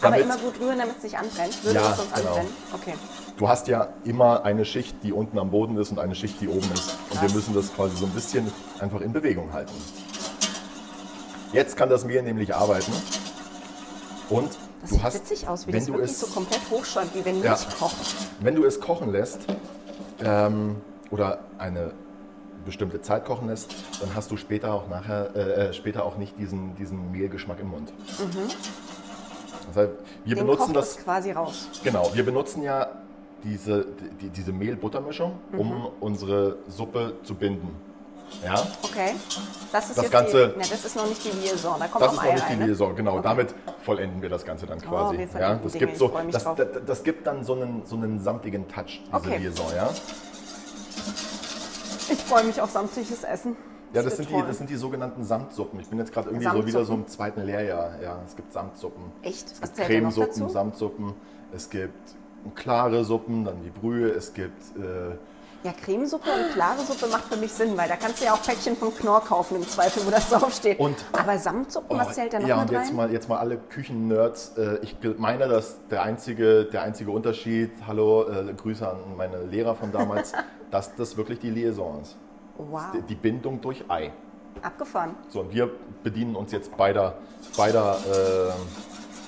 aber
Damit-
immer gut rühren, damit es nicht anbrennt. Würde
Ja,
es uns
genau.
anbrennen? Okay.
Du hast ja immer eine Schicht, die unten am Boden ist und eine Schicht, die oben ist. Und wir
Ja.
müssen das quasi so ein bisschen einfach in Bewegung halten. Jetzt kann das Mehl nämlich arbeiten. Und
Das
du
sieht
hast,
witzig aus, wie
wenn,
das
du
wirklich
es,
so komplett hochschäumt, wie wenn Milch
Ja.
kocht.
wenn du es kochen lässt ähm, oder eine bestimmte Zeit kochen lässt, dann hast du später auch nachher äh, äh, später auch nicht diesen, diesen Mehlgeschmack im Mund. Das heißt, wir
Mhm. Den
benutzen
kocht
das
es quasi raus.
Genau, wir benutzen ja
Mhm.
diese, die, diese Mehl-Butter-Mischung, um unsere Suppe zu binden. Ja?
Okay. Das ist
Das
jetzt
Ganze-
Die, ne, das ist noch nicht die Liaison. Da kommt
Das ist
noch Ei
noch nicht die
rein. ne? Oh,
Liaison, genau. Damit vollenden wir das Ganze dann quasi.
wir vollenden
ja,
die
das,
Dinge,
gibt so,
ich freu mich
das,
drauf.
das, das gibt dann so einen, so einen samtigen Touch, diese
Okay.
Liaison, ja.
Ich freue mich auf samtliches Essen.
Ja, das
wird
sind, die,
toll.
das sind die sogenannten Samtsuppen. Ich bin jetzt gerade irgendwie so wieder so
Samtsuppen?
im zweiten Lehrjahr. Ja, es gibt Samtsuppen.
Echt?
Es
Was
gibt
zählt denn noch
Cremesuppen,
dazu?
Samtsuppen. Es gibt klare Suppen, dann die Brühe. Es gibt äh,
Ja, Cremesuppe und klare Suppe macht für mich Sinn, weil da kannst du ja auch Päckchen von Knorr kaufen im Zweifel, wo das draufsteht.
Und-
Aber Samtsuppen, was
Oh,
zählt da noch
ja,
mit
und jetzt
rein?
mal, jetzt mal alle Küchen-Nerds. Äh, ich gl- meine, dass der einzige, der einzige Unterschied, hallo, äh, Grüße an meine Lehrer von damals, dass das wirklich die Liaison ist.
wow,
Die- Die Bindung durch Ei.
abgefahren.
So, und wir bedienen uns jetzt beider, beider äh,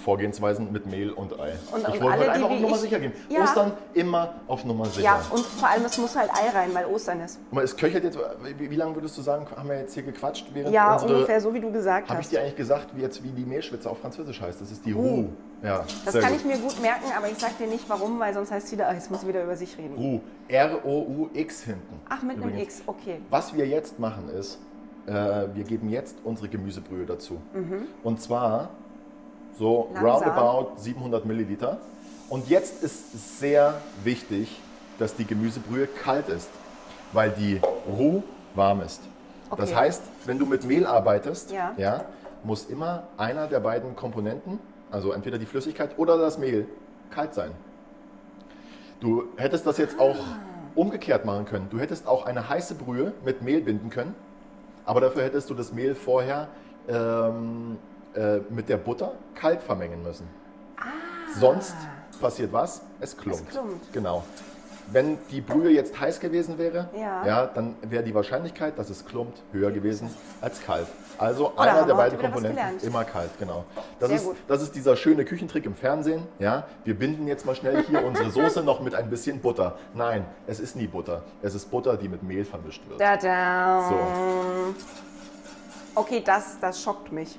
Vorgehensweisen mit Mehl und Ei.
Und-
ich
und
wollte
alle,
halt einfach
die
auf
wie
Nummer
ich-
sicher gehen.
Ja.
Ostern immer auf Nummer sicher.
Ja, und vor allem, es muss halt Ei rein, weil Ostern ist.
Guck mal, es köchelt jetzt, wie, wie lange würdest du sagen, haben wir jetzt hier gequatscht? Während
Ja,
unsere-
ungefähr so, wie du gesagt
Habe ich
hast.
dir eigentlich gesagt, wie jetzt wie die Mehlschwitze auf Französisch heißt? Das ist die Roux. Ja,
Das kann ich mir gut merken, aber ich sag dir nicht warum, weil sonst heißt es wieder, ach, jetzt muss ich wieder über sich reden.
Roux. R-O-U-X hinten.
Ach, mit einem
übrigens.
X, okay.
Was wir jetzt machen ist, äh, wir geben jetzt unsere Gemüsebrühe dazu. Und zwar so
Mhm. Langsam.
roundabout 700 Milliliter. Und jetzt ist sehr wichtig, dass die Gemüsebrühe kalt ist, weil die Roux warm ist. Das
Okay.
heißt, wenn du mit Mehl arbeitest,
Ja.
Ja, muss immer einer der beiden Komponenten, also entweder die Flüssigkeit oder das Mehl, kalt sein. Du hättest das jetzt auch umgekehrt machen können. Du hättest auch eine heiße Brühe mit Mehl binden können, aber dafür hättest du das Mehl vorher ähm, äh, mit der Butter kalt vermengen müssen.
Ah.
Sonst passiert was? Es klumpt.
klumpt.
Genau. Wenn die Brühe jetzt heiß gewesen wäre,
Ja.
dann wäre die Wahrscheinlichkeit, dass es klumpt, höher gewesen als kalt. Also einer
haben
der
wir
beiden
heute wieder was
Komponenten
gelernt.
immer kalt, genau. Das
Sehr
ist,
gut.
das ist dieser schöne Küchentrick im Fernsehen. Ja, wir binden jetzt mal schnell hier unsere Soße noch mit ein bisschen Butter. Nein, es ist nie Butter. Es ist Butter, die mit Mehl vermischt wird.
Da, da.
So.
Okay, das, das schockt mich.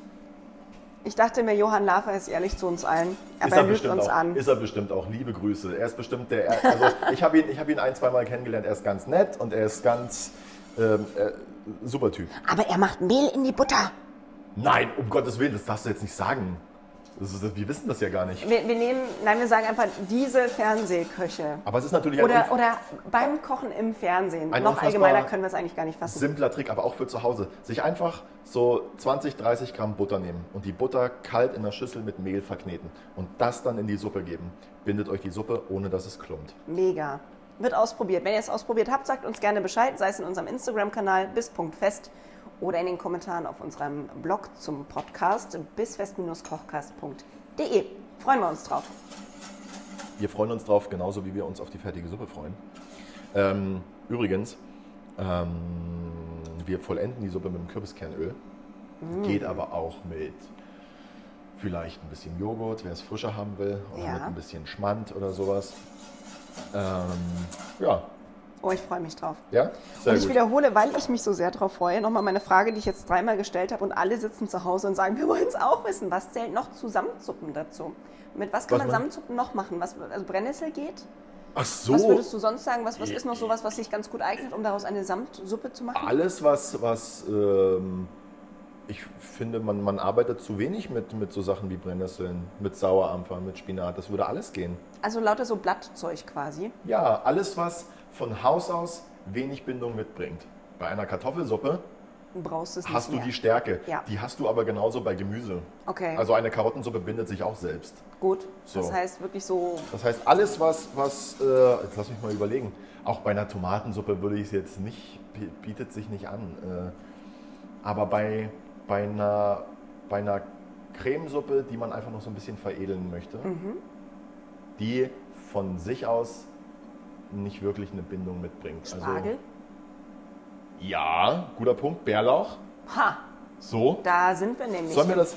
Ich dachte mir, Johann Lafer ist ehrlich zu uns allen, aber
Ist
er
er,
lügt
bestimmt
uns
auch,
an.
ist er bestimmt auch. Liebe Grüße. Er ist bestimmt der. er- Also ich habe ihn, ich hab ihn ein, zweimal kennengelernt. Er ist ganz nett und er ist ganz ähm, äh, super Typ.
Aber er macht Mehl in die Butter.
Nein, um Gottes Willen, das darfst du jetzt nicht sagen. Das ist, wir wissen das ja gar nicht.
Wir, wir nehmen, nein, wir sagen einfach diese Fernsehköche.
Aber es ist natürlich ein
Oder,
unf-
oder beim Kochen im Fernsehen.
Ein
Noch
unfassbar-
allgemeiner können wir es eigentlich gar nicht fassen.
simpler Trick, aber auch für zu Hause. Sich einfach so 20, 30 Gramm Butter nehmen und die Butter kalt in der Schüssel mit Mehl verkneten und das dann in die Suppe geben. Bindet euch die Suppe, ohne dass es klumpt.
Mega. Wird ausprobiert. Wenn ihr es ausprobiert habt, sagt uns gerne Bescheid, sei es in unserem Instagram-Kanal bis Punkt fest oder in den Kommentaren auf unserem Blog zum Podcast bisfest-kochcast.de. Freuen wir uns drauf.
Wir freuen uns drauf, genauso wie wir uns auf die fertige Suppe freuen. Ähm, übrigens, ähm, wir vollenden die Suppe mit dem Kürbiskernöl.
Mm.
Geht aber auch mit vielleicht ein bisschen Joghurt, wer es frischer haben will, oder
Ja.
mit ein bisschen Schmand oder sowas. Ähm, ja,
Oh, ich freue mich drauf.
ja. Sehr
und ich
gut.
wiederhole, weil ich mich so sehr drauf freue, nochmal meine Frage, die ich jetzt dreimal gestellt habe und alle sitzen zu Hause und sagen, wir wollen es auch wissen. Was zählt noch zu Samtsuppen dazu? Mit was kann
Was
man
mein-
Samtsuppen noch machen? Was, also Brennnessel geht?
Ach so. Äh,
Was würdest du sonst sagen? Was, was ist noch sowas, was sich ganz gut eignet, um daraus eine Samtsuppe zu machen?
alles, was, was ähm, ich finde, man, man arbeitet zu wenig mit, mit so Sachen wie Brennnesseln, mit Sauerampfer, mit Spinat, das würde alles gehen.
Also lauter so Blattzeug quasi.
Ja, alles, was von Haus aus wenig Bindung mitbringt. Bei einer Kartoffelsuppe
Du brauchst es
hast du
nicht
die
mehr.
Stärke.
Ja.
Die hast du aber genauso bei Gemüse.
Okay.
Also eine Karottensuppe bindet sich auch selbst.
Gut. Das
So.
heißt wirklich so.
Das heißt, alles, was, was äh, jetzt lass mich mal überlegen, auch bei einer Tomatensuppe würde ich es jetzt nicht, bi- bietet sich nicht an. Äh, aber bei, bei, einer, bei einer Cremesuppe, die man einfach noch so ein bisschen veredeln möchte,
Mhm.
die von sich aus nicht wirklich eine Bindung mitbringt.
Spargel.
Also, ja, guter Punkt. Bärlauch,
Ha!
so.
Da sind wir nämlich
Sollen wir
im
das-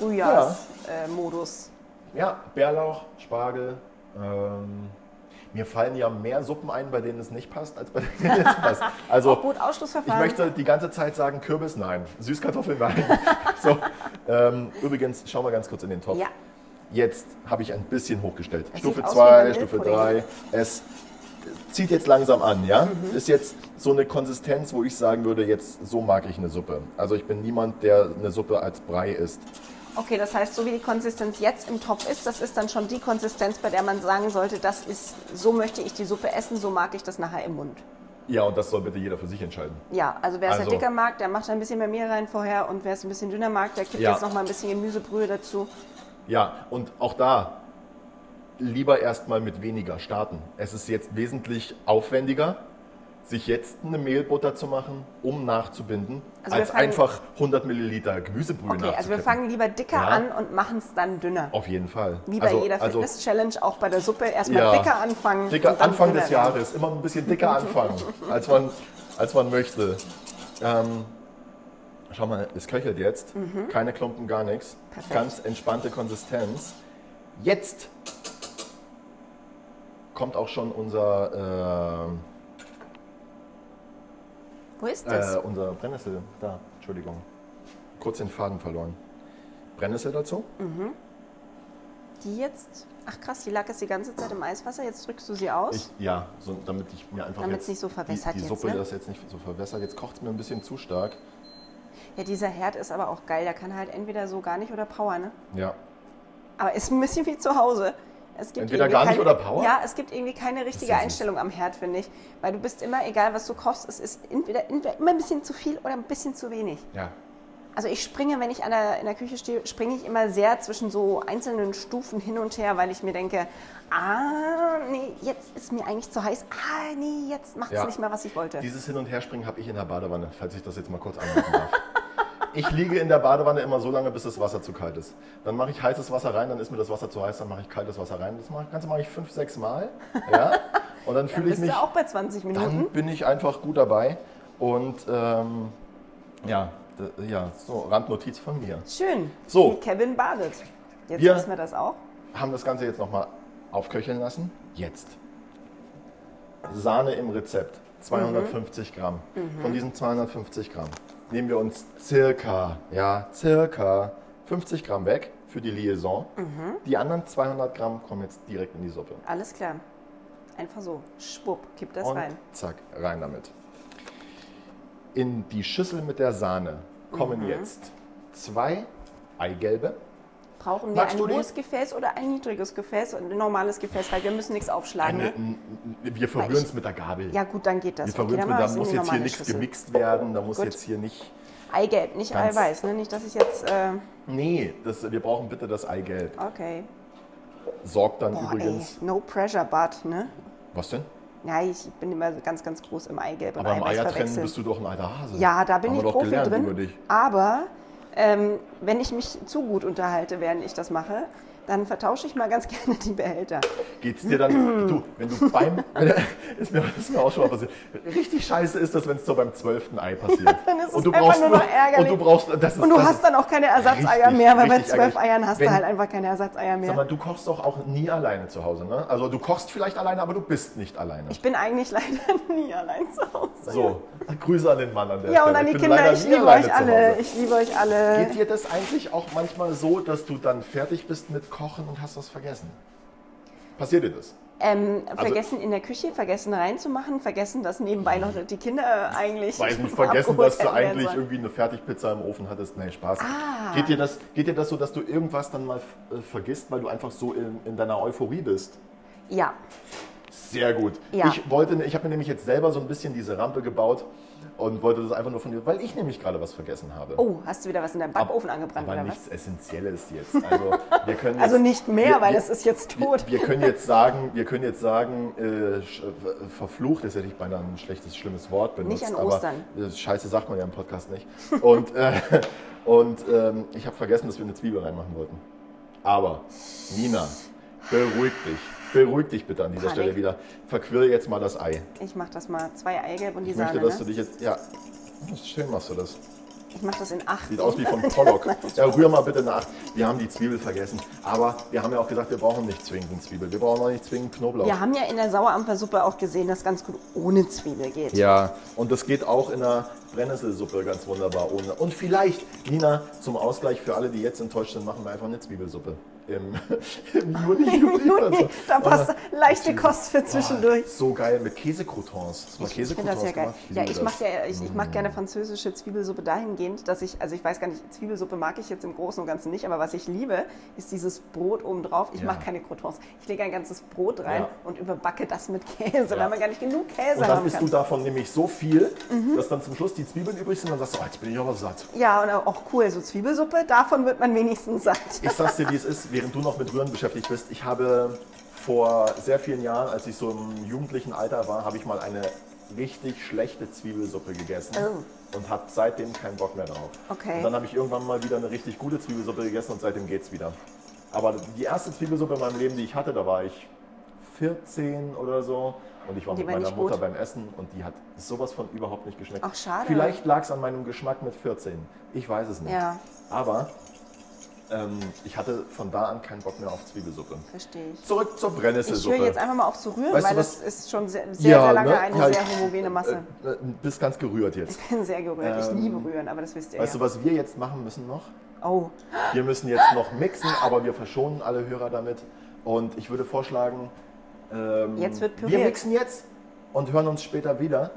Frühjahrsmodus.
Ja, Bärlauch, Spargel. Ähm, mir fallen ja mehr Suppen ein, bei denen es nicht passt, als bei denen es passt. Also,
Auch gut,
Ich
Ausschlussverfahren.
möchte die ganze Zeit sagen, Kürbis nein, Süßkartoffeln nein. so, ähm, übrigens, schau mal ganz kurz in den Topf.
Ja.
Jetzt habe ich ein bisschen hochgestellt.
Es
Stufe
sieht aus
2,
wie
Stufe
Vanillepudding.
3. Es zieht jetzt langsam an, ja?
Mhm.
Ist jetzt so eine Konsistenz, wo ich sagen würde, jetzt so mag ich eine Suppe. Also ich bin niemand, der eine Suppe als Brei isst.
Okay, das heißt, so wie die Konsistenz jetzt im Topf ist, das ist dann schon die Konsistenz, bei der man sagen sollte, das ist, so möchte ich die Suppe essen, so mag ich das nachher im Mund.
Ja, und das soll bitte jeder für sich entscheiden.
Ja, also wer es
Also-
halt dicker mag, der macht ein bisschen mehr Mehl rein vorher und wer es ein bisschen dünner mag, der kippt
Ja.
jetzt noch mal ein bisschen Gemüsebrühe dazu.
Ja, und auch da lieber erstmal mit weniger starten. Es ist jetzt wesentlich aufwendiger, sich jetzt eine Mehlbutter zu machen, um nachzubinden,
Also wir
als
fangen-
einfach 100 Milliliter Gemüsebrühe
Okay, also wir
Um nachzukippen.
fangen lieber dicker
Ja.
an und machen es dann dünner.
Auf jeden Fall.
Wie bei
also,
jeder
also
Fitness-Challenge, auch bei der Suppe erstmal
Ja.
dicker anfangen.
Dicker
und dann
Anfang
dünner
des
werden.
Jahres, immer ein bisschen dicker anfangen, als man, als man möchte. Ähm, schau mal, es köchelt jetzt, keine Klumpen, gar nichts.
Mhm. Perfekt.
Ganz entspannte Konsistenz. Jetzt kommt auch schon unser, ähm,
Wo ist das?
äh, unser Brennnessel. Da, Entschuldigung. Kurz den Faden verloren. Brennnessel dazu?
Mhm. Die jetzt? Ach krass, die lag jetzt die ganze Zeit im Eiswasser, jetzt drückst du sie aus.
Ich, ja, so, damit ich mir einfach
Damit's
jetzt
nicht so verwässert
die, die
jetzt,
Suppe
ne?
das jetzt nicht so verwässert. Jetzt kocht es mir ein bisschen zu stark.
ja, dieser Herd ist aber auch geil, der kann halt entweder so gar nicht oder Power, ne?
Ja,
Aber ist ein bisschen wie zu Hause. Es gibt
Entweder
irgendwie
gar nicht
keine,
oder Power?
Ja, es gibt irgendwie keine richtige
ja süß.
Einstellung am Herd, finde ich. Weil du bist immer, egal was du kochst, es ist entweder, entweder immer ein bisschen zu viel oder ein bisschen zu wenig.
ja,
Also ich springe, wenn ich an der, in der Küche stehe, springe ich immer sehr zwischen so einzelnen Stufen hin und her, weil ich mir denke, ah, nee, jetzt ist mir eigentlich zu heiß. Ah, nee, jetzt macht es
Ja.
nicht mehr, was ich wollte.
Dieses Hin- und Herspringen habe ich in der Badewanne, falls ich das jetzt mal kurz anmachen darf. Ich liege in der Badewanne immer so lange, bis das Wasser zu kalt ist. Dann mache ich heißes Wasser rein, dann ist mir das Wasser zu heiß, dann mache ich kaltes Wasser rein. Das mache- Ganze mache ich fünf, sechs Mal. Ja? Und dann fühle ich
Bist
mich,
du auch bei 20 Minuten?
dann bin ich einfach gut dabei. Und ähm, ja, d- ja, so Randnotiz von mir.
Schön.
So.
Wie Kevin badet. Jetzt
Wir-
wissen wir das auch.
Haben das Ganze jetzt nochmal aufköcheln lassen. Jetzt. Sahne im Rezept, 250
Mhm.
Gramm. Von diesen 250 Gramm nehmen wir uns circa, ja, circa 50 Gramm weg für die Liaison.
Mhm.
Die anderen 200 Gramm kommen jetzt direkt in die Suppe.
Alles klar. Einfach so. Schwupp, kipp das
Und
rein.
zack, rein damit. In die Schüssel mit der Sahne kommen
Mhm.
jetzt zwei Eigelbe.
Brauchen wir
Magst
ein
du die?
hohes Gefäß oder ein niedriges Gefäß und ein normales Gefäß, weil wir müssen nichts aufschlagen.
Eine,
Ne?
n- n- wir verrühren es mit der Gabel.
Ja gut, dann geht das.
Wir
Okay,
verrühren, okay,
dann machen
da
wir's in
muss
die
jetzt hier
normale Oh
nichts
Schüssel.
gemixt werden, da muss
Gut.
jetzt hier nicht.
Eigelb, nicht
Ganz-
Eiweiß, ne? Nicht, dass ich jetzt. Äh,
Nee, das, wir brauchen bitte das Eigelb.
okay.
Sorgt dann
Boah,
übrigens.
ey, no pressure Bad, ne?
Was denn?
Ja, ich bin immer ganz, ganz groß im Eigelb und
Aber im
Eiweiß
Eier trennen
verwechseln.
bist du doch ein alter Hase.
ja, da bin
Haben
ich
wir doch
Profi
gelernt
drin.
Über dich.
Aber ähm, wenn ich mich zu gut unterhalte, während ich das mache, dann vertausche ich mal ganz gerne die Behälter.
Geht's dir dann, du, wenn du beim, ist, mir, ist mir auch schon mal passiert, richtig scheiße ist das, wenn es so beim zwölften Ei passiert.
dann ist es
und du
einfach
brauchst
nur noch ärgerlich.
Und du brauchst, das ist,
Und du
das
hast
ist,
dann auch keine Ersatzeier
richtig,
mehr, weil bei
richtig
zwölf
ärgerlich.
Eiern hast
Wenn-
du halt einfach keine Ersatzeier mehr.
Sag mal, du kochst doch auch nie alleine zu Hause, ne? Also du kochst vielleicht alleine, aber du bist nicht alleine.
ich bin eigentlich leider nie allein zu Hause.
so, Grüße an den Mann an der
Ja,
Stelle.
und an die
bin
Kinder,
leider
ich
nie
liebe
alleine
euch
zu Hause.
alle. Ich liebe euch alle.
Geht dir das eigentlich auch manchmal so, dass du dann fertig bist mit Kochen und hast was vergessen? Passiert dir das?
Ähm,
Also-
vergessen in der Küche, vergessen reinzumachen, vergessen, dass nebenbei noch die Kinder eigentlich.
Weiß nicht,
abgeholt
vergessen, dass du
hätten werden
eigentlich
sollen.
irgendwie eine Fertigpizza im Ofen hattest. Nee, Spaß.
Ah.
Geht, dir das, geht dir das so, dass du irgendwas dann mal äh, vergisst, weil du einfach so in, in deiner Euphorie bist?
Ja,
Sehr gut.
Ja.
Ich wollte, ne, ich habe mir nämlich jetzt selber so ein bisschen diese Rampe gebaut und wollte das einfach nur von dir, weil ich nämlich gerade was vergessen habe.
oh, hast du wieder was in deinem Backofen angebrannt
aber
oder
nichts
was?
Essentielles jetzt. Also, wir können
Also
jetzt-
nicht mehr,
wir-
weil
wir-
das ist jetzt tot.
Wir, wir können jetzt sagen, wir können jetzt sagen, äh, sch- äh, verflucht ist ja nicht beinahe ein schlechtes, schlimmes Wort benutzt.
Nicht an Ostern.
Aber, äh, Scheiße sagt man ja im Podcast nicht. Und, äh, und ähm, ich habe vergessen, dass wir eine Zwiebel reinmachen wollten. Aber, Nina, beruhig dich. Beruhig dich bitte an dieser
Panik.
Stelle wieder. Verquirl jetzt mal das Ei.
Ich mach das mal. Zwei Eigelb und die
Ich
Sahne.
möchte, dass du
ne?
dich jetzt. Ja, schön machst du das.
Ich mach das in acht.
Sieht aus wie von Pollock. Ja, rühr mal bitte nach. Wir haben die Zwiebel vergessen. Aber wir haben ja auch gesagt, wir brauchen nicht zwingend Zwiebel. Wir brauchen auch nicht zwingend Knoblauch.
Wir haben ja in der Sauerampfersuppe auch gesehen, dass ganz gut ohne Zwiebel geht.
Ja, und das geht auch in einer Brennnesselsuppe ganz wunderbar ohne. Und vielleicht, Nina, zum Ausgleich für alle, die jetzt enttäuscht sind, machen wir einfach eine Zwiebelsuppe. im, im Juni, Juli oder Ah, so.
Da passt
Aber-
leichte
Ach,
Kost für zwischendurch.
Boah, so geil mit Käsecroutons. Hast du mal
Ich finde das ja
Käsecroutons
geil.
gemacht?
Ja,
liebe das.
ich
Mhm.
mag ja, ich, ich mag gerne französische Zwiebelsuppe dahingehend, dass ich, also ich weiß gar nicht, Zwiebelsuppe mag ich jetzt im Großen und Ganzen nicht, aber was ich liebe, ist dieses Brot obendrauf. Ich
Ja.
mache keine Croutons. Ich lege ein ganzes Brot rein
Ja.
und überbacke das mit Käse,
Ja.
weil man gar nicht genug Käse
Und dann
haben
isst du
kann.
davon nämlich so viel,
Mhm.
dass dann zum Schluss die Zwiebeln übrig sind und dann sagst du, oh, jetzt bin ich aber satt.
Ja, und auch cool, so Zwiebelsuppe, davon wird man wenigstens satt.
Ich sag's dir, wie es ist, während du noch mit Rühren beschäftigt bist. Ich habe vor sehr vielen Jahren, als ich so im jugendlichen Alter war, habe ich mal eine richtig schlechte Zwiebelsuppe gegessen und habe seitdem keinen Bock mehr drauf.
Oh. Okay.
Und dann habe ich irgendwann mal wieder eine richtig gute Zwiebelsuppe gegessen und seitdem geht's wieder. Aber die erste Zwiebelsuppe in meinem Leben, die ich hatte, da war ich 14 oder so. Und ich war
Die
mit
war
meiner
nicht
Mutter
gut.
beim Essen und die hat sowas von überhaupt nicht geschmeckt.
Ach, schade.
Vielleicht lag es an meinem Geschmack mit 14. Ich weiß es nicht.
Ja.
Aber ähm, ich hatte von da an keinen Bock mehr auf Zwiebelsuppe.
Verstehe ich.
Zurück zur
Ich höre
Brennnesselsuppe.
jetzt einfach mal auf zu rühren,
Weißt du
weil das
was?
ist schon sehr, sehr, sehr lange
ne?
eine
Ja,
sehr
ich-
homogene Masse.
Äh, äh, bist ganz gerührt jetzt.
Ich bin sehr gerührt. ich
Ähm,
liebe rühren, aber das wisst ihr
Weißt
ja.
du, was wir jetzt machen müssen noch?
oh,
Wir müssen jetzt noch mixen, aber wir verschonen alle Hörer damit. Und ich würde vorschlagen, ähm,
Jetzt wird
wir
püriert.
mixen jetzt und hören uns später wieder.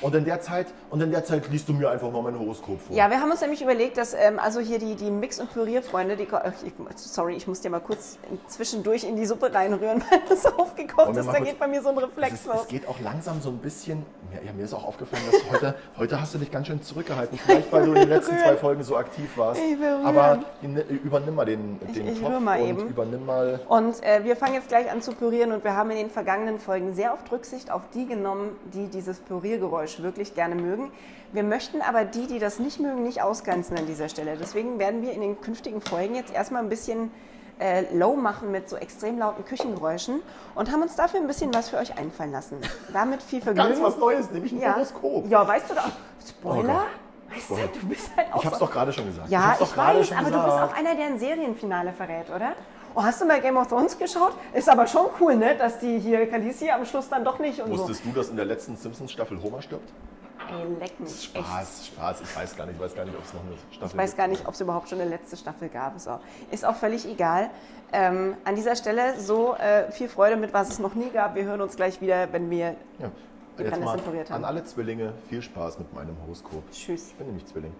Und in der Zeit, und in der Zeit liest du mir einfach mal mein Horoskop vor.
Ja, wir haben uns nämlich überlegt, dass ähm, also hier die, die Mix- und Pürierfreunde, die. ko- Ach, Ich, sorry, ich muss dir mal kurz in- zwischendurch in die Suppe reinrühren, weil das
Wollen
aufgekocht
wir
ist.
mal
Da
kurz-
geht bei mir so ein Reflex
Es, ist,
los.
es geht auch langsam so ein bisschen. mir- Ja, mir ist auch aufgefallen, dass heute, heute hast du dich ganz schön zurückgehalten. Vielleicht, weil du in den letzten zwei Folgen so aktiv warst.
Ich will rühren.
Aber ne- übernimm mal den, den
ich rühr
Topf
mal
und
eben.
übernimm mal.
Und äh, wir fangen jetzt gleich an zu pürieren und wir haben in den vergangenen Folgen sehr oft Rücksicht auf die genommen, die dieses Püriergeräusch wirklich gerne mögen. Wir möchten aber die, die das nicht mögen, nicht ausgrenzen an dieser Stelle. Deswegen werden wir in den künftigen Folgen jetzt erstmal ein bisschen äh, low machen mit so extrem lauten Küchengeräuschen und haben uns dafür ein bisschen was für euch einfallen lassen. Damit viel Vergnügen.
Ganz was Neues, nämlich ein Horoskop.
Ja, weißt du doch.
Oh
Spoiler?
Gott.
weißt
Spoiler.
du, du bist halt auch.
Ich hab's
so-
doch gerade schon gesagt.
Ja,
hab's
ich,
doch gerade
weiß,
schon
aber du
gesagt.
bist auch einer, der ein Serienfinale verrät, oder? Oh, hast du mal Game of Thrones geschaut? Ist aber schon cool, ne? Dass die hier Khaleesi am Schluss dann doch nicht und
Wusstest du, dass in der letzten Simpsons-Staffel Homer stirbt?
so. Ey, leck mich. Echt.
Spaß, Spaß. Ich weiß gar nicht, ich weiß gar nicht, ob es noch eine Staffel
Ich weiß gar nicht, ob es überhaupt schon eine letzte Staffel gab. Ist auch, ist auch völlig egal. Ähm, an dieser Stelle so äh, viel Freude mit, was es noch nie gab. Wir hören uns gleich wieder, wenn wir.
Ja.
die
Jetzt
Brennnesseln
mal
püriert
an
haben.
alle Zwillinge viel Spaß mit meinem Horoskop.
Tschüss.
Ich bin nämlich Zwilling.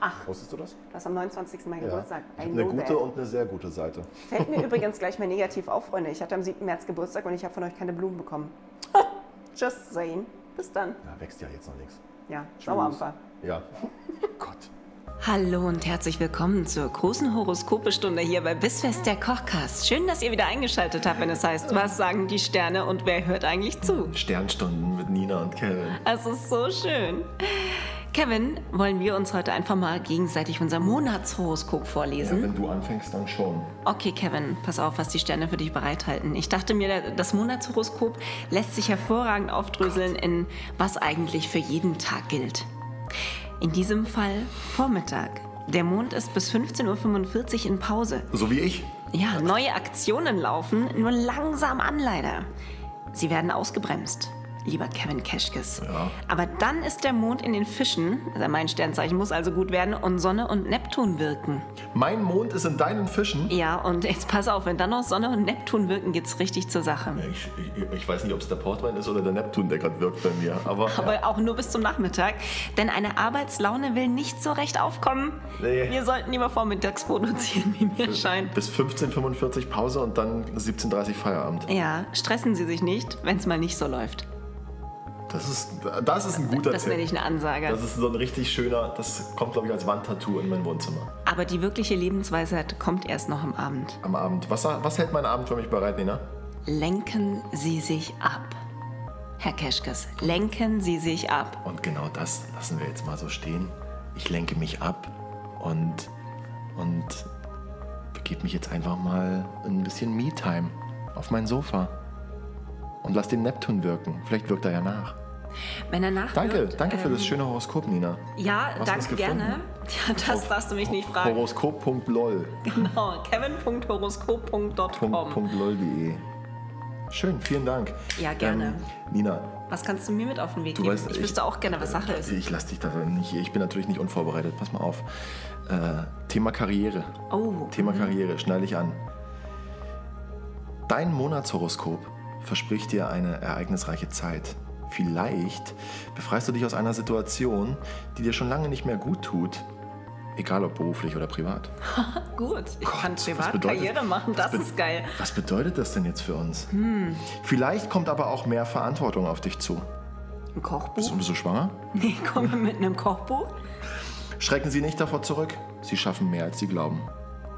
Ach. Wusstest du das?
Du hast am 29. Mai Geburtstag.
Ich
I
hab eine
know
gute
that.
und eine sehr gute Seite.
Fällt mir übrigens gleich mal negativ auf, Freunde. Ich hatte am 7. März Geburtstag und ich habe von euch keine Blumen bekommen. Just saying. Bis dann.
Da wächst ja jetzt noch nichts.
Ja, Sauerampfer.
Ja. Oh Gott.
Hallo und herzlich willkommen zur großen Horoskopestunde hier bei Bissfest der Kochcast. Schön, dass ihr wieder eingeschaltet habt, wenn es heißt, was sagen die Sterne und wer hört eigentlich zu?
Sternstunden mit Nina und Kevin.
Es ist so schön. Kevin, wollen wir uns heute einfach mal gegenseitig unser Monatshoroskop vorlesen?
Wenn du anfängst, dann schon.
Okay, Kevin, pass auf, was die Sterne für dich bereithalten. Ich dachte mir, das Monatshoroskop lässt sich hervorragend aufdröseln in was eigentlich für jeden Tag gilt. In diesem Fall Vormittag. Der Mond ist bis 15.45 Uhr in Pause.
So wie ich.
Ja, neue Aktionen laufen, nur langsam an leider. Sie werden ausgebremst, lieber Kevin Keschkes. Aber dann ist der Mond in den Fischen, also mein Sternzeichen muss also gut werden, und Sonne und Neptun wirken.
Mein Mond ist in deinen Fischen.
Ja, und jetzt pass auf, wenn dann noch Sonne und Neptun wirken, geht's richtig zur Sache.
Ich, ich, ich weiß nicht, ob es der Portwein ist oder der Neptun, der gerade wirkt bei mir. Aber,
Aber auch nur bis zum Nachmittag, denn eine Arbeitslaune will nicht so recht aufkommen.
Nee.
Wir sollten lieber vormittags produzieren, wie mir scheint.
bis 15.45 Pause und dann 17.30 Feierabend.
Ja, stressen Sie sich nicht, wenn's mal nicht so läuft.
Das ist, das ist ein guter
Das
Tipp.
nenne ich eine Ansage.
Das ist so ein richtig schöner, das kommt, glaube ich, als Wandtattoo in mein Wohnzimmer.
Aber die wirkliche Lebensweisheit kommt erst noch am Abend.
Am Abend. Was, was hält mein Abend für mich bereit, Nina?
Lenken Sie sich ab. Herr Keschkes, lenken Sie sich ab.
Und genau das lassen wir jetzt mal so stehen. Ich lenke mich ab und, und begebe mich jetzt einfach mal in ein bisschen Me-Time auf mein Sofa. Und lass den Neptun wirken. Vielleicht wirkt er ja nach.
Wenn er nachwirkt,
Danke, danke für das schöne Horoskop, Nina.
Ja,
Hast du was
danke
gefunden?
gerne. Ja, das darfst du mich nicht fragen.
Horoskop.lol.
Genau, kevin.horoskop.com.
.lol.de. Schön, vielen Dank.
Ja, gerne.
Ähm, Nina,
Was kannst du mir mit auf den Weg
Du
geben?
weißt,
ich
ich-
wüsste auch gerne, was Sache ist.
Ich lass dich da nicht. Ich bin natürlich nicht unvorbereitet. Pass mal auf. Äh, Thema Karriere.
Oh.
Thema Karriere, schneide ich an. Dein Monatshoroskop verspricht dir eine ereignisreiche Zeit. Vielleicht befreist du dich aus einer Situation, die dir schon lange nicht mehr gut tut, egal ob beruflich oder privat.
Gut, ich kann
was
privat
bedeutet-
Karriere machen, das
be-
ist geil. Hm.
Was bedeutet das denn jetzt für uns? Vielleicht kommt aber auch mehr Verantwortung auf dich zu.
Ein
Bist
Kochbuch?
du schwanger?
Nee, komme mit einem Kochbuch?
Schrecken Sie nicht davor zurück. Sie schaffen mehr, als Sie glauben.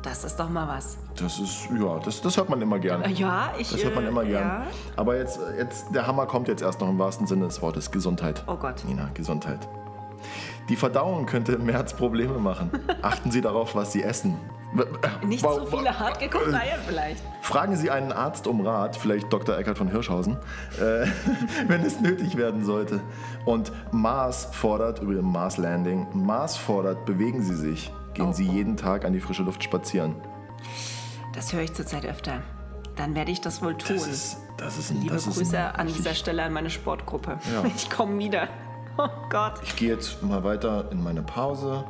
Das ist doch mal was.
Das ist, ja, das, das hört man immer gern.
Ja, ich.
Das hört man
äh,
immer gern.
Ja.
Aber jetzt, jetzt, der Hammer kommt jetzt erst noch im wahrsten Sinne des Wortes. Gesundheit.
Oh Gott.
Nina, Gesundheit. Die Verdauung könnte im März Probleme machen. Achten Sie darauf, was Sie essen.
Nicht
Wow,
so
wow.
viele hart gekochte Eier vielleicht.
Fragen Sie einen Arzt um Rat, vielleicht Dr. Eckert von Hirschhausen, äh, wenn es nötig werden sollte. Und Mars fordert, über dem Mars Landing, Mars fordert, bewegen Sie sich. Gehen Sie jeden Tag an die frische Luft spazieren.
Das höre ich zurzeit öfter. Dann werde ich das wohl tun.
Das ist, das ist ein,
Liebe
das ist
Grüße
ein,
an dieser
ich,
Stelle an meine Sportgruppe.
Ja.
Ich komme wieder. Oh Gott.
ich gehe jetzt mal weiter in meine Pause.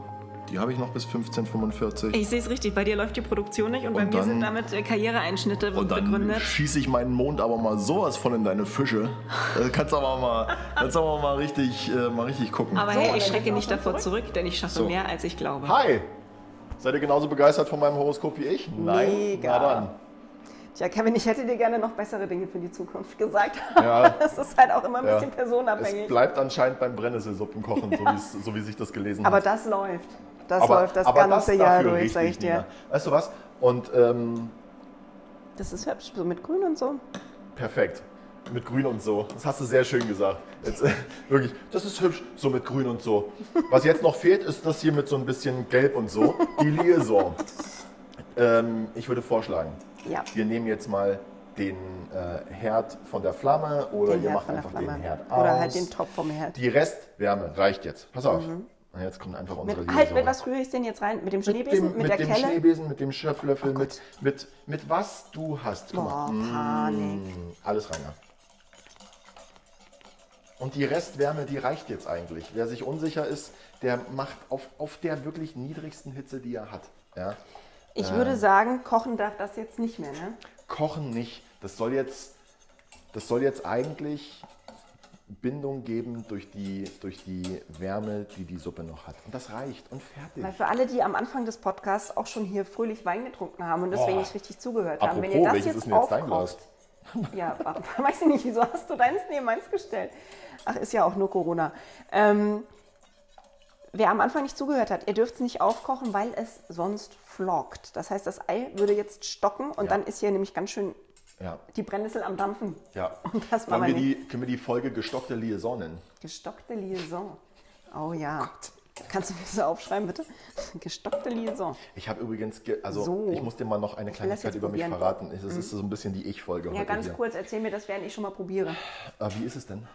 Die habe ich noch bis 15.45
Ich sehe es richtig, bei dir läuft die Produktion nicht und, bei
Und
mir
dann-
sind damit äh, Karriereeinschnitte
Und dann
begründet.
schieße ich meinen Mond aber mal sowas von in deine Fische. Da kannst du aber mal, kannst du aber mal, richtig, äh, mal richtig gucken.
Aber
So,
hey,
dann
ich schrecke
geht's auch
nicht
schon
davor zurück? denn ich schaffe
So.
mehr, als ich glaube.
Hi! Seid ihr genauso begeistert von meinem Horoskop wie ich? Nein?
Mega.
Na dann.
Tja, Kevin, ich hätte dir gerne noch bessere Dinge für die Zukunft gesagt.
Ja.
Das ist halt auch immer ein bisschen
Ja. Es
personabhängig.
bleibt anscheinend beim Brennesselsuppenkochen, so, wie's- so wie sich das gelesen
Aber
hat.
das läuft. Das
aber,
läuft das
aber
ganze
das
Jahr
dafür
durch,
richtig,
sag ich dir.
Nina. Weißt du was? Und ähm,
Das ist hübsch, so mit Grün und so.
perfekt. Mit Grün und so. Das hast du sehr schön gesagt. Jetzt, äh, wirklich, das ist hübsch, so mit Grün und so. Was jetzt noch fehlt, ist das hier mit so ein bisschen Gelb und so. Die Liaison. ähm, ich würde vorschlagen,
Ja.
wir nehmen jetzt mal den äh, Herd von der Flamme oder ihr
Herd
macht
von der
einfach den
Flamme.
Herd aus.
Oder halt den Topf vom Herd.
Die Restwärme reicht jetzt. Pass auf. Und jetzt kommt einfach unsere
Mit, halt,
Liaison.
mit was rühre ich denn jetzt rein? Mit dem
Mit
Schneebesen?
dem,
Mit,
mit
der
dem
Kelle? Oh
Schneebesen, mit dem Schöpflöffel, mit, mit, mit was du hast
Boah,
gemacht.
Oh, Panik.
Mm, Alles rein. ja. Und die Restwärme, die reicht jetzt eigentlich. Wer sich unsicher ist, der macht auf, auf der wirklich niedrigsten Hitze, die er hat. Ja?
Ich würde sagen, kochen darf das jetzt nicht mehr, ne?
Kochen nicht. Das soll jetzt, das soll jetzt eigentlich Bindung geben durch die, durch die Wärme, die die Suppe noch hat. Und das reicht. Und fertig.
Weil für alle, die am Anfang des Podcasts auch schon hier fröhlich Wein getrunken haben und deswegen
Boah.
nicht richtig zugehört haben, wenn
Apropos,
ihr das
welches
jetzt,
ist denn jetzt dein Glas?
aufkocht. Ja, wa- weiß ich nicht, wieso hast du deins neben meins gestellt? Ach, ist ja auch nur Corona. Ähm, wer am Anfang nicht zugehört hat, ihr dürft es nicht aufkochen, weil es sonst flockt. Das heißt, das Ei würde jetzt stocken und
Ja.
dann ist hier nämlich ganz schön
Ja.
die Brennnessel am Dampfen.
Ja.
Und das
können,
machen
wir
wir
die, können wir die Folge gestockte Liaison nennen?
Gestockte Liaison. Oh ja. Kannst du mir das aufschreiben, bitte? Gestockte Liaison.
Ich habe übrigens, ge also
So.
ich muss dir mal noch eine Kleinigkeit
jetzt
über mich
probieren. Mhm.
verraten. Es ist, es ist so ein bisschen die Ich-Folge
Ja,
heute
ganz
hier.
kurz, erzähl mir das, während ich schon mal probiere.
Aber wie ist es denn?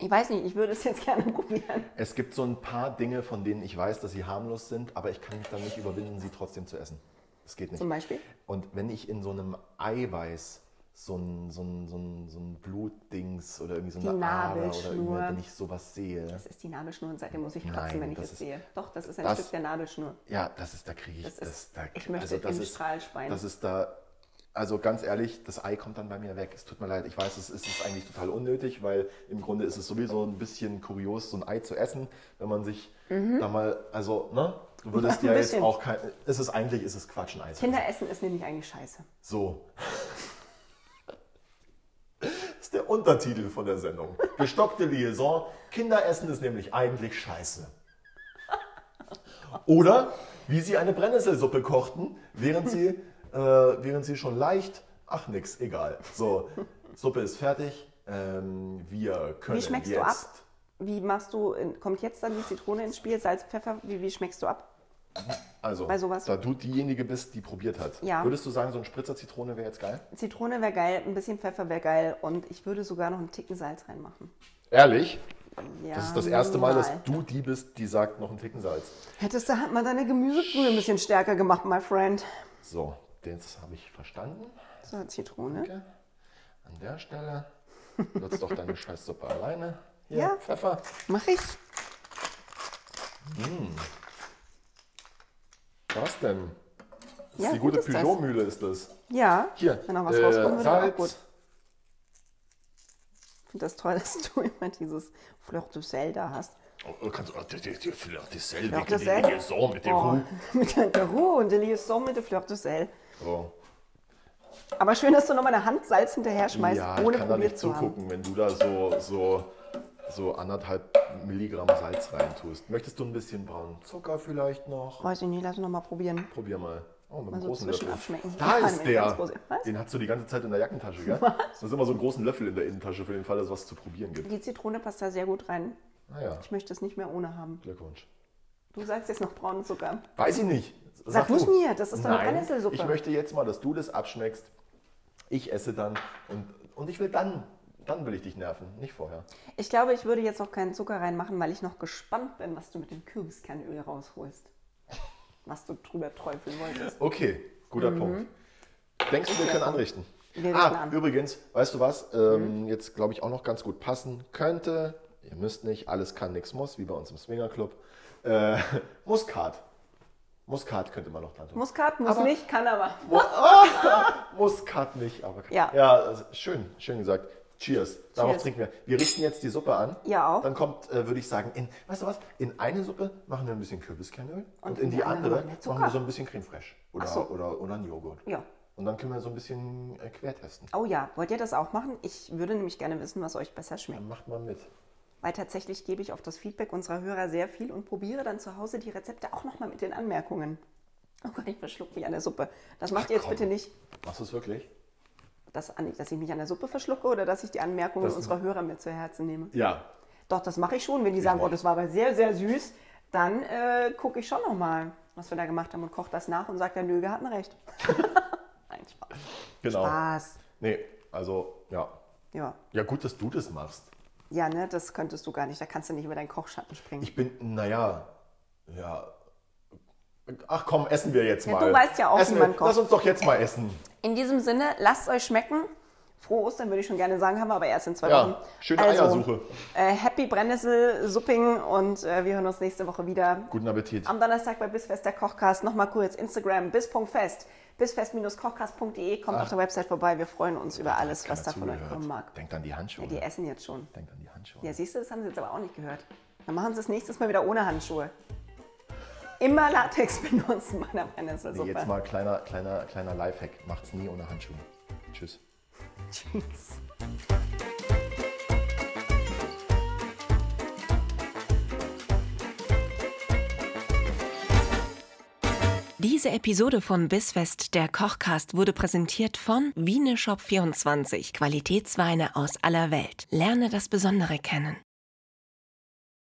Ich weiß nicht, ich würde es jetzt gerne probieren.
Es gibt so ein paar Dinge, von denen ich weiß, dass sie harmlos sind, aber ich kann mich dann nicht überwinden, sie trotzdem zu essen. Das geht nicht.
Zum Beispiel?
Und wenn ich in so einem Eiweiß so ein, so ein, so ein, so ein Blutdings oder irgendwie so eine Ader oder irgendwie,
Nabelschnur.
wenn ich sowas sehe,
Das ist die Nabelschnur und seitdem muss ich kotzen,
Nein,
wenn ich
das
es
ist-
sehe. Doch, das ist ein
das-
Stück der Nabelschnur.
Ja, das ist, da kriege ich.
Das ist-
da, also
ich möchte im Strahl speien.
Das ist da. Also ganz ehrlich, das Ei kommt dann bei mir weg. Es tut mir leid. Ich weiß, es ist, es ist eigentlich total unnötig, weil im Grunde ist es sowieso ein bisschen kurios, so ein Ei zu essen, wenn man sich da mal, also, ne? Du würdest
Mhm. Ein
ja jetzt
bisschen.
auch kein. Es ist eigentlich, ist es Quatsch, ein Ei zu essen.
Kinderessen ist nämlich eigentlich scheiße.
So. Das ist der Untertitel von der Sendung. Gestockte Liaison. Kinderessen ist nämlich eigentlich scheiße. Oder wie sie eine Brennnesselsuppe kochten, während sie, äh, während sie schon leicht. Ach nix, egal. So, Suppe ist fertig. Ähm, wir können
Wie schmeckst
jetzt
du ab? Wie machst du, in- kommt jetzt dann die Zitrone ins Spiel, Salz, Pfeffer, wie, wie schmeckst du ab?
Also,
bei sowas?
da du diejenige bist, die probiert hat,
Ja.
würdest du sagen, so ein Spritzer Zitrone wäre jetzt geil?
Zitrone wäre geil, ein bisschen Pfeffer wäre geil und ich würde sogar noch einen Ticken Salz reinmachen.
Ehrlich?
Ja,
Das ist das erste Mal, dass
normal.
du die bist, die sagt, noch ein Ticken Salz.
Hättest du halt mal deine Gemüsebrühe ein bisschen stärker gemacht, my friend.
So, das habe ich verstanden.
So, Zitrone.
Danke. An der Stelle würzt doch deine Scheißsuppe alleine. Hier,
Ja.
Pfeffer.
Mach ich.
Was denn? Das
Ja,
ist die
gut
gute
ist das.
Peugeot-Mühle ist das.
Ja,
Hier,
wenn noch was
äh,
rauskommen würde,
Salz.
auch gut. Ich finde das toll, dass du immer dieses Fleur du Sel da hast.
Oh, oh, kannst du, oh, die, die, die, vielleicht dieselbe,
Fleur
die-
de
die-
Sel?
die- die- so mit dem
Oh,
Huhn.
mit der- der Ruhe und der Liaison mit der Fleur du Sel.
So.
Aber schön, dass du noch mal eine Hand Salz hinterher schmeißt,
Ja, ich
ohne
kann da nicht
probiert zu haben.
zugucken, wenn du da so, so, so anderthalb Milligramm Salz reintust. Möchtest du ein bisschen braunen Zucker vielleicht noch?
Weiß ich nicht, lass uns noch mal probieren.
Probier mal. Oh, mit
Mal
einem
so
großen
zwischen
Löffel.
abschmecken.
Da
Ja,
ist
mit
der.
ganz groß- Was?
Den hast du die ganze Zeit in der Jackentasche, gell? Das ist immer so einen großen Löffel in der Innentasche für den Fall, dass es was zu probieren gibt.
Die Zitrone passt da sehr gut rein.
Naja,
Ich möchte es nicht mehr ohne haben.
Glückwunsch.
Du sagst jetzt noch braunen Zucker.
Weiß ich nicht.
Sag du's mir, das ist doch eine
Nein,
Brennnesselsuppe.
Ich möchte jetzt mal, dass du das abschmeckst. Ich esse dann und, und ich will dann, dann will ich dich nerven, nicht vorher.
Ich glaube, ich würde jetzt noch keinen Zucker reinmachen, weil ich noch gespannt bin, was du mit dem Kürbiskernöl rausholst. Was du drüber träufeln wolltest.
Okay, guter
Mhm.
Punkt. Denkst du, wir können anrichten?
Wir richten
ah,
an. Mhm.
übrigens, weißt du was? Ähm, Jetzt glaube ich auch noch ganz gut passen könnte. Ihr müsst nicht, alles kann, nichts muss, wie bei uns im Swingerclub. Äh, Muskat. Muskat könnte man noch dran tun.
Muskat muss nicht, kann aber.
Muskat nicht, aber
Ja.
also schön, schön gesagt. Cheers. Darauf
Cheers.
trinken wir. Wir richten jetzt die Suppe an.
Ja, auch.
Dann kommt, äh, würde ich sagen, in, weißt du was? In eine Suppe machen wir ein bisschen Kürbiskernöl und, in die andere
machen wir Zucker.
machen wir so ein bisschen Creme Fraiche oder,
Ach so.
oder, oder einen Joghurt.
Ja.
Und dann können wir so ein bisschen äh, quertesten.
Oh ja, wollt ihr das auch machen? Ich würde nämlich gerne wissen, was euch besser schmeckt.
Dann macht mal mit.
Weil tatsächlich gebe ich auf das Feedback unserer Hörer sehr viel und probiere dann zu Hause die Rezepte auch nochmal mit den Anmerkungen. Oh Gott, ich verschluck mich an der Suppe. Das macht ihr jetzt
komm.
bitte nicht,
Machst du es wirklich?
dass, an- dass ich mich an der Suppe verschlucke oder dass ich die Anmerkungen
Das-
unserer Hörer mir zu Herzen nehme.
Ja.
Doch, das mache ich schon. Wenn die sagen,
nicht.
oh, das war aber sehr, sehr süß, dann äh, gucke ich schon nochmal, was wir da gemacht haben und koche das nach und sage dann, nö, wir hatten recht. Nein, Spaß.
Genau.
Spaß.
Nee, also ja.
Ja.
Ja, gut, dass du das machst.
ja, ne, das könntest du gar nicht. Da kannst du nicht über deinen Kochschatten springen.
Ich bin, naja, ja. Ach komm, essen wir jetzt
Ja,
mal.
du weißt ja auch,
essen
wie
wir-
man kocht.
Lass uns doch jetzt mal essen.
In diesem Sinne, lasst euch schmecken. Frohe Ostern würde ich schon gerne sagen, haben wir aber erst in zwei
Ja,
Wochen.
schöne Eiersuche.
Äh, happy Brennnessel, Supping und äh, wir hören uns nächste Woche wieder.
Guten Appetit.
Am Donnerstag bei Bisfest der Kochcast. Nochmal kurz Instagram bis.fest. Bisfest-kochcast.de. Kommt
Ah.
auf der Website vorbei. Wir freuen uns über alles, was da von euch kommen mag.
Denkt an die Handschuhe.
Die essen jetzt schon.
Denkt an die Handschuhe.
Ja, siehst du, das haben sie jetzt aber auch nicht gehört. Dann machen sie es nächstes Mal wieder ohne Handschuhe. Immer Latex benutzen, meiner
Nee,
Brennnesselsuppe.
jetzt mal kleiner, kleiner, kleiner Lifehack. Macht's nie ohne Handschuhe. Tschüss.
Tschüss.
Diese Episode von Bissfest, der Kochcast, wurde präsentiert von Wieneshop24, Qualitätsweine aus aller Welt. Lerne das Besondere kennen.